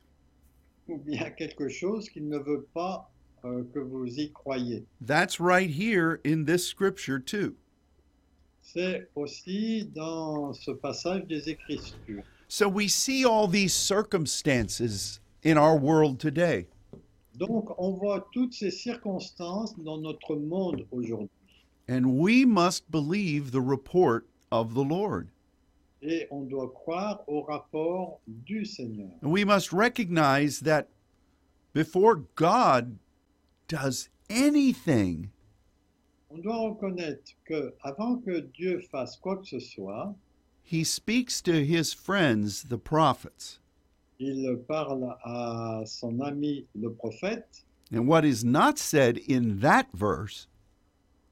Speaker 2: ou bien quelque chose qu'il ne veut pas euh, que vous y croyez.
Speaker 1: That's right here in this scripture, too.
Speaker 2: C'est aussi dans ce passage des Écritures.
Speaker 1: So we see all these circumstances in our world today.
Speaker 2: Donc on voit toutes ces circonstances dans notre monde aujourd'hui
Speaker 1: And we must believe the report of the Lord.
Speaker 2: et on doit croire au rapport du Seigneur.
Speaker 1: And we must recognize that before God does anything,
Speaker 2: On doit reconnaître que avant que Dieu fasse quoi que ce soit,
Speaker 1: he speaks to his friends, the prophets.
Speaker 2: il parle à son ami le prophète
Speaker 1: And what is not said in that verse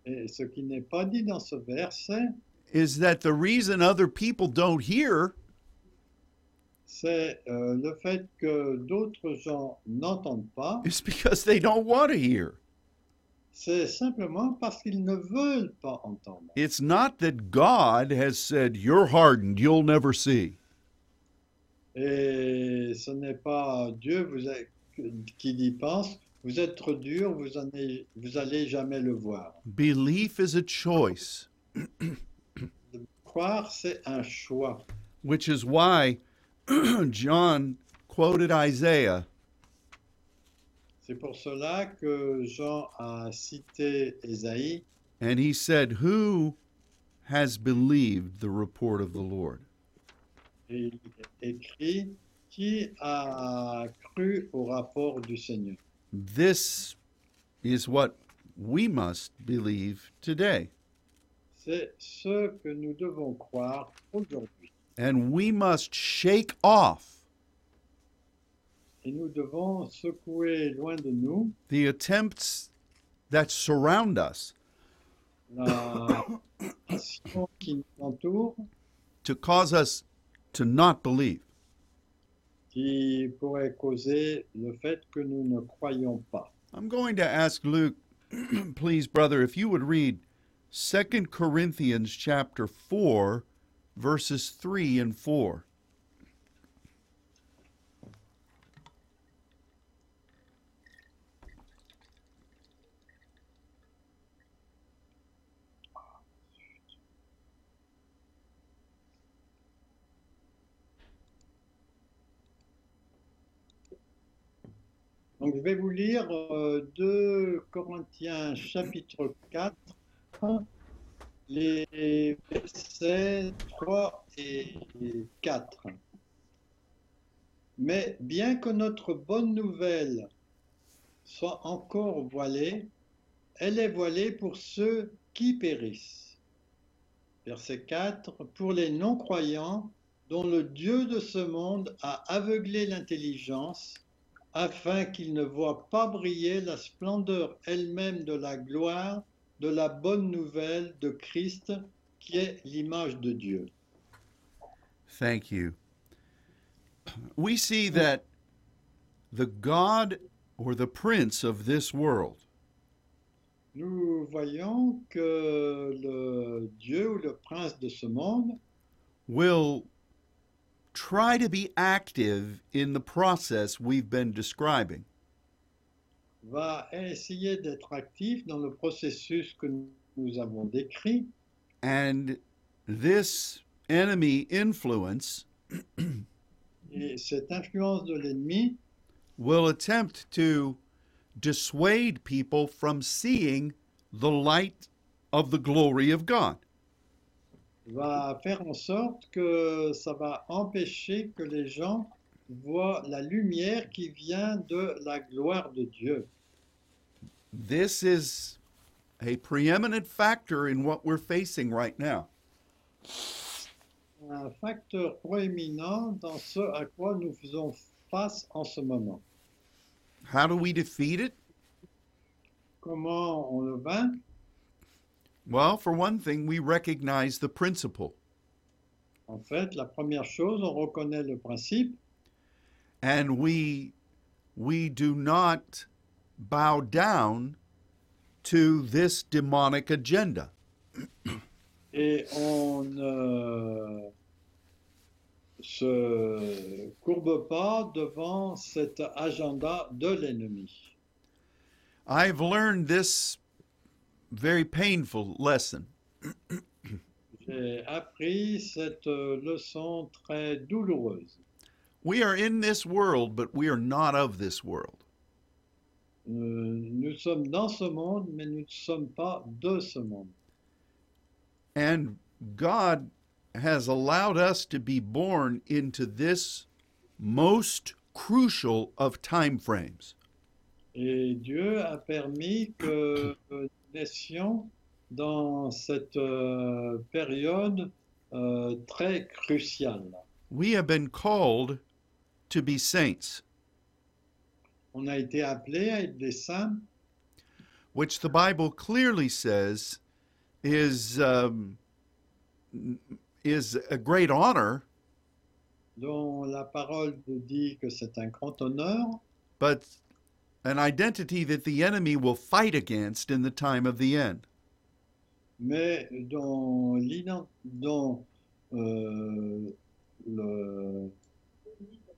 Speaker 2: et ce qui n'est pas dit dans ce verset,
Speaker 1: is that the reason other people don't hear
Speaker 2: c'est euh, le fait que d'autres gens n'entendent pas
Speaker 1: It's because they don't want to hear.
Speaker 2: C'est simplement parce qu'ils ne veulent pas entendre.
Speaker 1: It's not that God has said, You're hardened, you'll never see.
Speaker 2: Et ce n'est pas Dieu vous a- qui y pense, vous êtes trop dur, vous, en avez- vous allez jamais le voir.
Speaker 1: Belief is a choice,
Speaker 2: Croire, c'est un choix.
Speaker 1: which is why John quoted Isaiah
Speaker 2: C'est pour cela que Jean a cité Ésaïe
Speaker 1: and he said, Who has believed the report of the Lord?
Speaker 2: et il écrit Qui a cru au rapport du Seigneur
Speaker 1: This is what we must believe today.
Speaker 2: C'est ce que nous devons croire aujourd'hui.
Speaker 1: And we must shake off
Speaker 2: Et nous devons secouer loin de nous
Speaker 1: the attempts that surround us
Speaker 2: la nation qui nous entoure,
Speaker 1: to cause us to not believe.
Speaker 2: qui pourrait causer le fait que nous ne croyons pas.
Speaker 1: I'm going to ask Luke, please, brother, if you would read 2 Corinthians chapter 4, verses 3 and 4.
Speaker 2: Donc je vais vous lire euh, 2 Corinthiens chapitre 4, les versets 3 et 4. Mais bien que notre bonne nouvelle soit encore voilée, elle est voilée pour ceux qui périssent. Verset 4, pour les non-croyants dont le Dieu de ce monde a aveuglé l'intelligence afin qu'ils ne voient pas briller la splendeur elle-même de la gloire de la bonne nouvelle de Christ, qui est l'image de Dieu.
Speaker 1: Thank you. We see that the God or the prince of this world
Speaker 2: Nous voyons que le Dieu ou le prince de ce monde
Speaker 1: will try to be active in the process we've been describing.
Speaker 2: va essayer d'être actif dans le processus que nous avons décrit,
Speaker 1: And this enemy influence
Speaker 2: et cette influence de l'ennemi
Speaker 1: will attempt to dissuade people from seeing the light of the glory of God.
Speaker 2: va faire en sorte que ça va empêcher que les gens voient la lumière qui vient de la gloire de Dieu.
Speaker 1: This is a preeminent factor in what we're facing right now.
Speaker 2: Un facteur proéminent dans ce à quoi nous faisons face en ce moment.
Speaker 1: How do we defeat it?
Speaker 2: Comment on le vainc
Speaker 1: Well, for one thing, we recognize the principle.
Speaker 2: En fait, la première chose, on reconnaît le principe
Speaker 1: and we we do not bow down to this demonic agenda.
Speaker 2: et on ne se courbe pas devant cet agenda de l'ennemi.
Speaker 1: I've learned this very painful lesson.
Speaker 2: J'ai appris Euh, cette euh, leçon très douloureuse.
Speaker 1: We are in this world, but we are not of this world.
Speaker 2: Euh, Nous sommes dans ce monde, mais nous ne sommes pas de ce monde.
Speaker 1: And God has allowed us to be born into this most crucial of time frames.
Speaker 2: Et Dieu a permis que nous naissions dans cette euh, période euh, très cruciale.
Speaker 1: We have been called to be saints,
Speaker 2: On a été appelés à être des saints,
Speaker 1: which the Bible clearly says is um, is a great honor,
Speaker 2: dont la parole nous dit que c'est un grand honneur,
Speaker 1: but an identity that the enemy will fight against in the time of the end.
Speaker 2: mais dont, l'ident- dont, euh, le-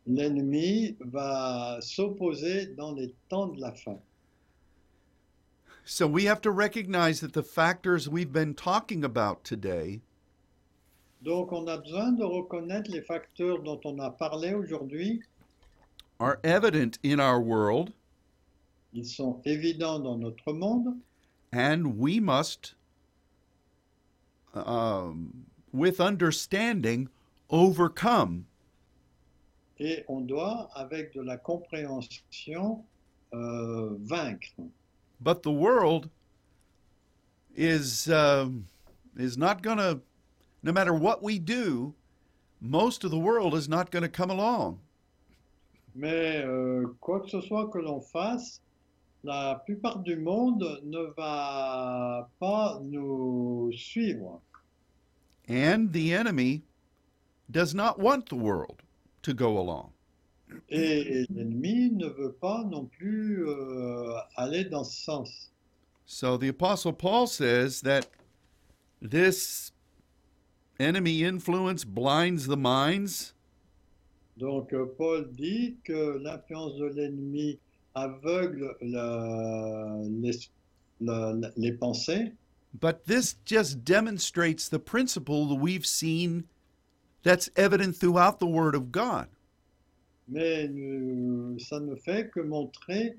Speaker 2: l'ennemi va s'opposer dans les temps de la fin.
Speaker 1: So we have to recognize that the factors we've been talking about today
Speaker 2: Donc on a besoin de reconnaître les facteurs dont on a parlé aujourd'hui.
Speaker 1: are evident in our world
Speaker 2: Ils sont évidents dans notre monde
Speaker 1: and we must um, with understanding overcome
Speaker 2: et on doit, avec de la compréhension, euh, vaincre.
Speaker 1: but the world is um is not going to no matter what we do most of the world is not going to come along
Speaker 2: Mais euh, quoi que ce soit que l'on fasse, la plupart du monde ne va pas nous suivre.
Speaker 1: and the enemy does not want the world to go along
Speaker 2: Et l'ennemi ne veut pas non plus euh, aller dans ce sens.
Speaker 1: so the apostle paul says that this enemy influence blinds the minds
Speaker 2: Donc euh, Paul dit que l'influence de l'ennemi aveugle la- les, la- la- les pensées,
Speaker 1: but this just demonstrates the principle that we've seen that's evident throughout the word of god
Speaker 2: mais nous- ça ne fait que montrer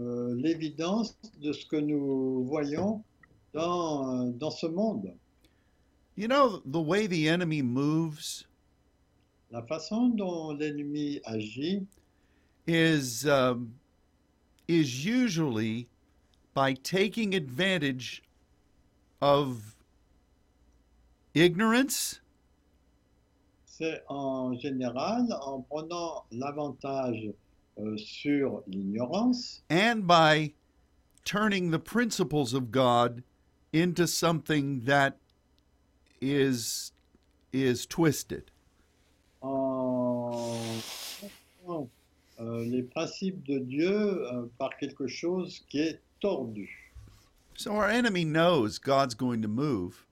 Speaker 2: euh, l'évidence de ce que nous voyons dans, euh, dans ce monde.
Speaker 1: You know, the way the enemy moves
Speaker 2: La façon dont l'ennemi agit
Speaker 1: is um, is usually by taking advantage of ignorance
Speaker 2: C'est en général en prenant l'avantage euh, sur l'ignorance
Speaker 1: and by turning the principles of God into something that is is twisted.
Speaker 2: en prenant euh, les principes de Dieu euh, par quelque chose qui est tordu.
Speaker 1: So our enemy knows God's going to move.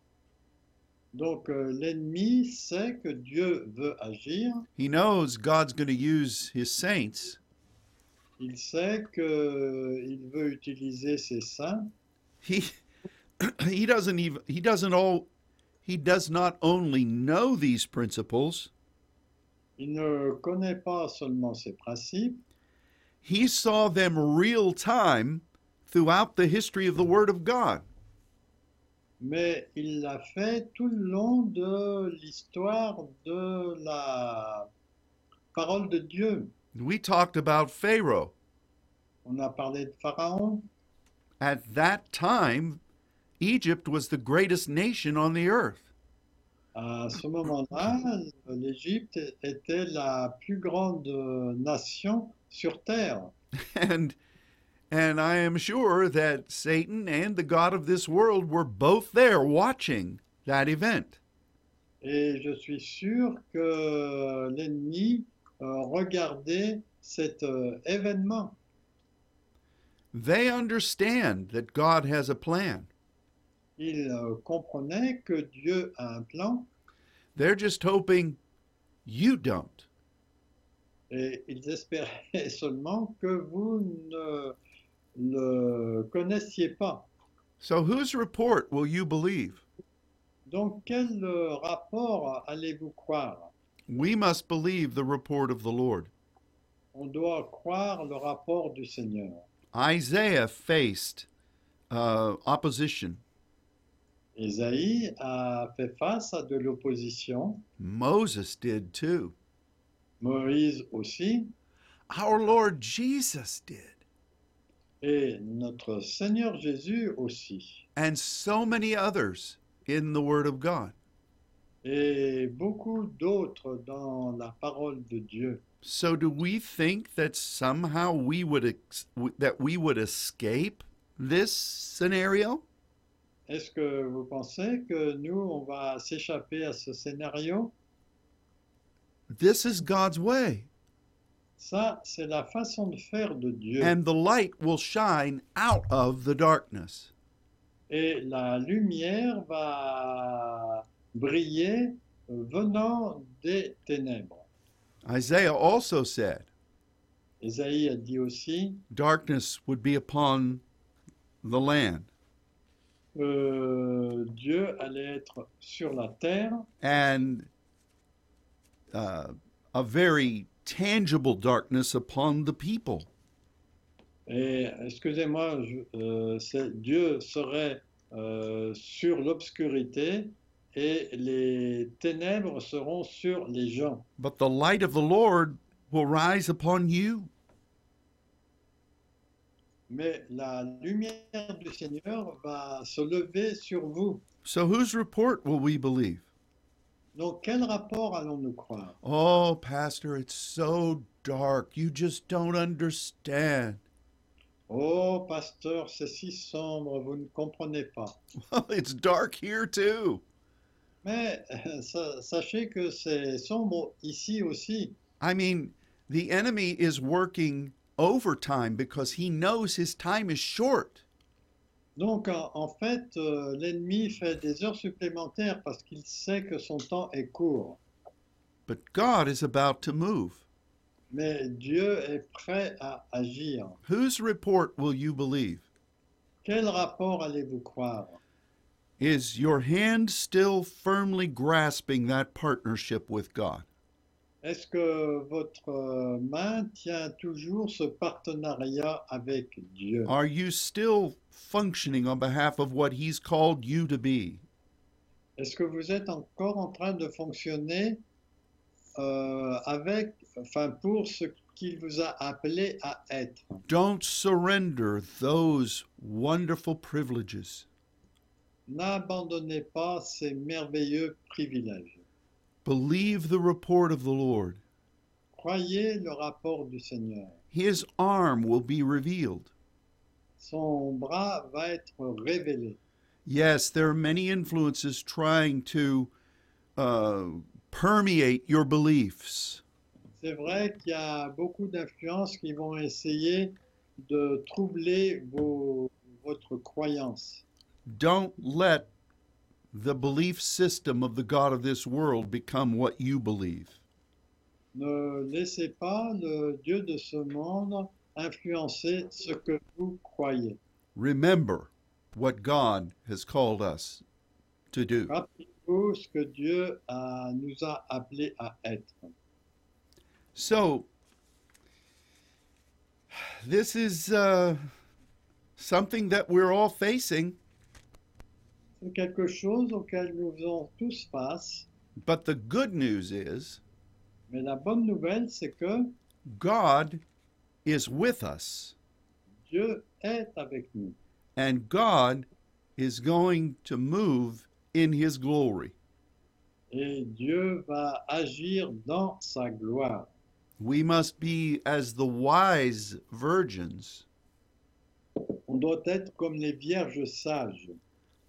Speaker 2: Donc euh, l'ennemi sait que Dieu veut agir,
Speaker 1: He knows God's going to use his saints.
Speaker 2: il sait qu'il veut utiliser ses saints,
Speaker 1: he he doesn't even he doesn't all he does not only know these principles
Speaker 2: il ne connaît pas seulement ses principes,
Speaker 1: he saw them real time throughout the history of the word of god
Speaker 2: mais il l'a fait tout le long de l'histoire de la parole de Dieu.
Speaker 1: we talked about pharaoh
Speaker 2: On a parlé de Pharaon.
Speaker 1: at that time egypt was the greatest nation on the earth
Speaker 2: À ce moment-là, l'Égypte était la plus grande nation sur Terre.
Speaker 1: and And I am sure that Satan and the God of this world were both there watching that event.
Speaker 2: Et je suis sûr que l'ennemi euh, regardait cet euh, événement.
Speaker 1: They understand that God has a plan.
Speaker 2: Il euh, comprenait que Dieu a un plan
Speaker 1: They're just hoping you don't.
Speaker 2: et ils espéraient seulement que vous ne le connaissiez pas.
Speaker 1: So, whose report will you believe?
Speaker 2: Donc quel euh, rapport allez-vous croire
Speaker 1: We must believe the report of the Lord.
Speaker 2: On doit croire le rapport du Seigneur.
Speaker 1: Isaiah faced uh, opposition,
Speaker 2: Ésaïe a fait face à de l'opposition,
Speaker 1: Moses did too.
Speaker 2: Moïse aussi,
Speaker 1: Our Lord Jesus did.
Speaker 2: et notre Seigneur Jésus aussi,
Speaker 1: And so many others in the Word of God.
Speaker 2: et beaucoup d'autres dans la parole de Dieu.
Speaker 1: So do we think that somehow we would ex- w- that we would escape this scenario?
Speaker 2: Est-ce que vous pensez que nous, on va s'échapper à ce scénario
Speaker 1: This is God's way,
Speaker 2: Ça, c'est la façon de faire de Dieu.
Speaker 1: and the light will shine out of the darkness.
Speaker 2: Et la lumière va briller euh, venant des ténèbres.
Speaker 1: Isaiah also said,
Speaker 2: Ésaïe a dit aussi,
Speaker 1: darkness would be upon the land
Speaker 2: euh, Dieu allait être sur la terre
Speaker 1: and uh, a very tangible darkness upon the people.
Speaker 2: Et excusez-moi, je- euh, c'est- Dieu serait euh, sur l'obscurité et les ténèbres seront sur les gens.
Speaker 1: But the light of the Lord will rise upon you.
Speaker 2: Mais la lumière du Seigneur va se lever sur vous.
Speaker 1: So, whose report will we believe?
Speaker 2: Donc quel rapport allons-nous croire
Speaker 1: Oh, Pastor, it's so dark. You just don't understand.
Speaker 2: Oh, pasteur, c'est si sombre, vous ne comprenez pas.
Speaker 1: Well, it's dark here too.
Speaker 2: Mais sa- sachez que c'est sombre ici aussi.
Speaker 1: I mean, the enemy is working overtime because he knows his time is short.
Speaker 2: Donc, en, en fait, euh, l'ennemi fait des heures supplémentaires parce qu'il sait que son temps est court.
Speaker 1: But God is about to move.
Speaker 2: Mais Dieu est prêt à agir.
Speaker 1: Whose report will you believe?
Speaker 2: Quel rapport allez-vous croire
Speaker 1: Is your hand still firmly grasping that partnership with God?
Speaker 2: Est-ce que votre euh, main tient toujours ce partenariat avec Dieu
Speaker 1: Are you still functioning on behalf of what He's called you to be?
Speaker 2: Est-ce que vous êtes encore en train de fonctionner euh, avec, enfin, pour ce qu'il vous a appelé à être
Speaker 1: Don't surrender those wonderful privileges
Speaker 2: N'abandonnez pas ces merveilleux privilèges.
Speaker 1: Believe the report of the Lord.
Speaker 2: Croyez le rapport du Seigneur.
Speaker 1: His arm will be revealed.
Speaker 2: Son bras va être révélé.
Speaker 1: Yes, there are many influences trying to uh, permeate your beliefs,
Speaker 2: C'est vrai qu'il y a beaucoup d'influences qui vont essayer de troubler vos- votre croyance.
Speaker 1: Don't let the belief system of the God of this world become what you believe.
Speaker 2: Ne laissez pas le Dieu de ce monde influencer ce que vous croyez.
Speaker 1: Remember what God has called us to do.
Speaker 2: Rappelez-vous ce que Dieu a- nous a appelés à être.
Speaker 1: So, this is uh, something that we're all facing,
Speaker 2: C'est quelque chose auquel nous faisons tous face.
Speaker 1: but the good news is
Speaker 2: Mais la bonne nouvelle, c'est que
Speaker 1: God is with us,
Speaker 2: Dieu est avec nous.
Speaker 1: and God is going to move in His glory.
Speaker 2: Et Dieu va agir dans sa gloire.
Speaker 1: We must be as the wise virgins
Speaker 2: On doit être comme les vierges sages.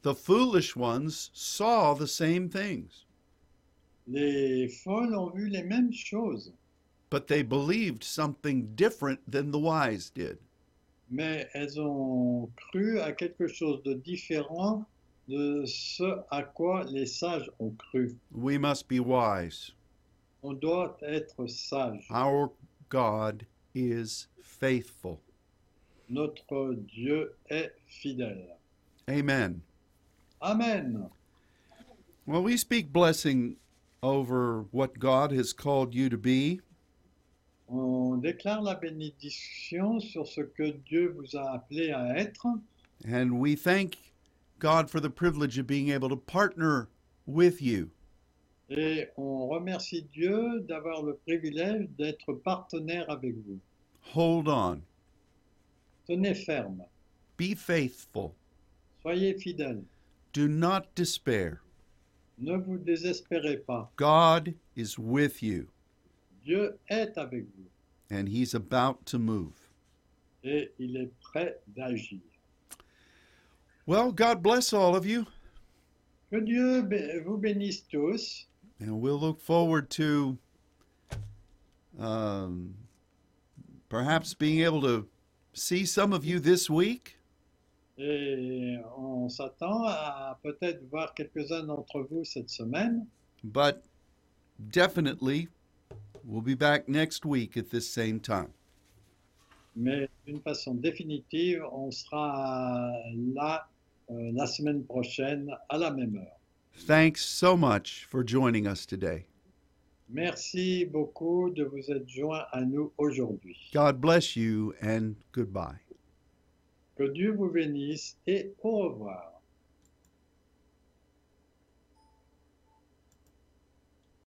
Speaker 1: The foolish ones saw the same things,
Speaker 2: Les folles ont vu les mêmes choses,
Speaker 1: but they believed something different than the wise did.
Speaker 2: mais elles ont cru à quelque chose de différent de ce à quoi les sages ont cru.
Speaker 1: We must be wise.
Speaker 2: On doit être sage.
Speaker 1: Our God is faithful.
Speaker 2: Notre Dieu est fidèle.
Speaker 1: Amen.
Speaker 2: Amen.
Speaker 1: Well, we speak blessing over what God has called you to be.
Speaker 2: On déclare la bénédiction sur ce que Dieu vous a appelé à être
Speaker 1: And we thank God for the privilege of being able to partner with you.
Speaker 2: et on remercie Dieu d'avoir le privilège d'être partenaire avec vous.
Speaker 1: Hold on.
Speaker 2: Tenez ferme,
Speaker 1: Be faithful.
Speaker 2: soyez fidèles,
Speaker 1: Do not despair.
Speaker 2: ne vous désespérez pas.
Speaker 1: God is with you,
Speaker 2: Dieu est avec vous
Speaker 1: and He's about to move.
Speaker 2: et il est prêt d'agir.
Speaker 1: Well, God bless all of you,
Speaker 2: Que Dieu bé- vous bénisse tous
Speaker 1: and we'll look forward to um, perhaps being able to see some of you this week.
Speaker 2: et on s'attend à peut-être voir quelques-uns d'entre vous cette semaine.
Speaker 1: But definitely, we'll be back next week at this same time.
Speaker 2: Mais d'une façon définitive, on sera là euh, la semaine prochaine à la même heure.
Speaker 1: Thanks so much for joining us today.
Speaker 2: Merci beaucoup de vous être joints à nous aujourd'hui.
Speaker 1: God bless you and goodbye.
Speaker 2: Que Dieu vous bénisse et au revoir.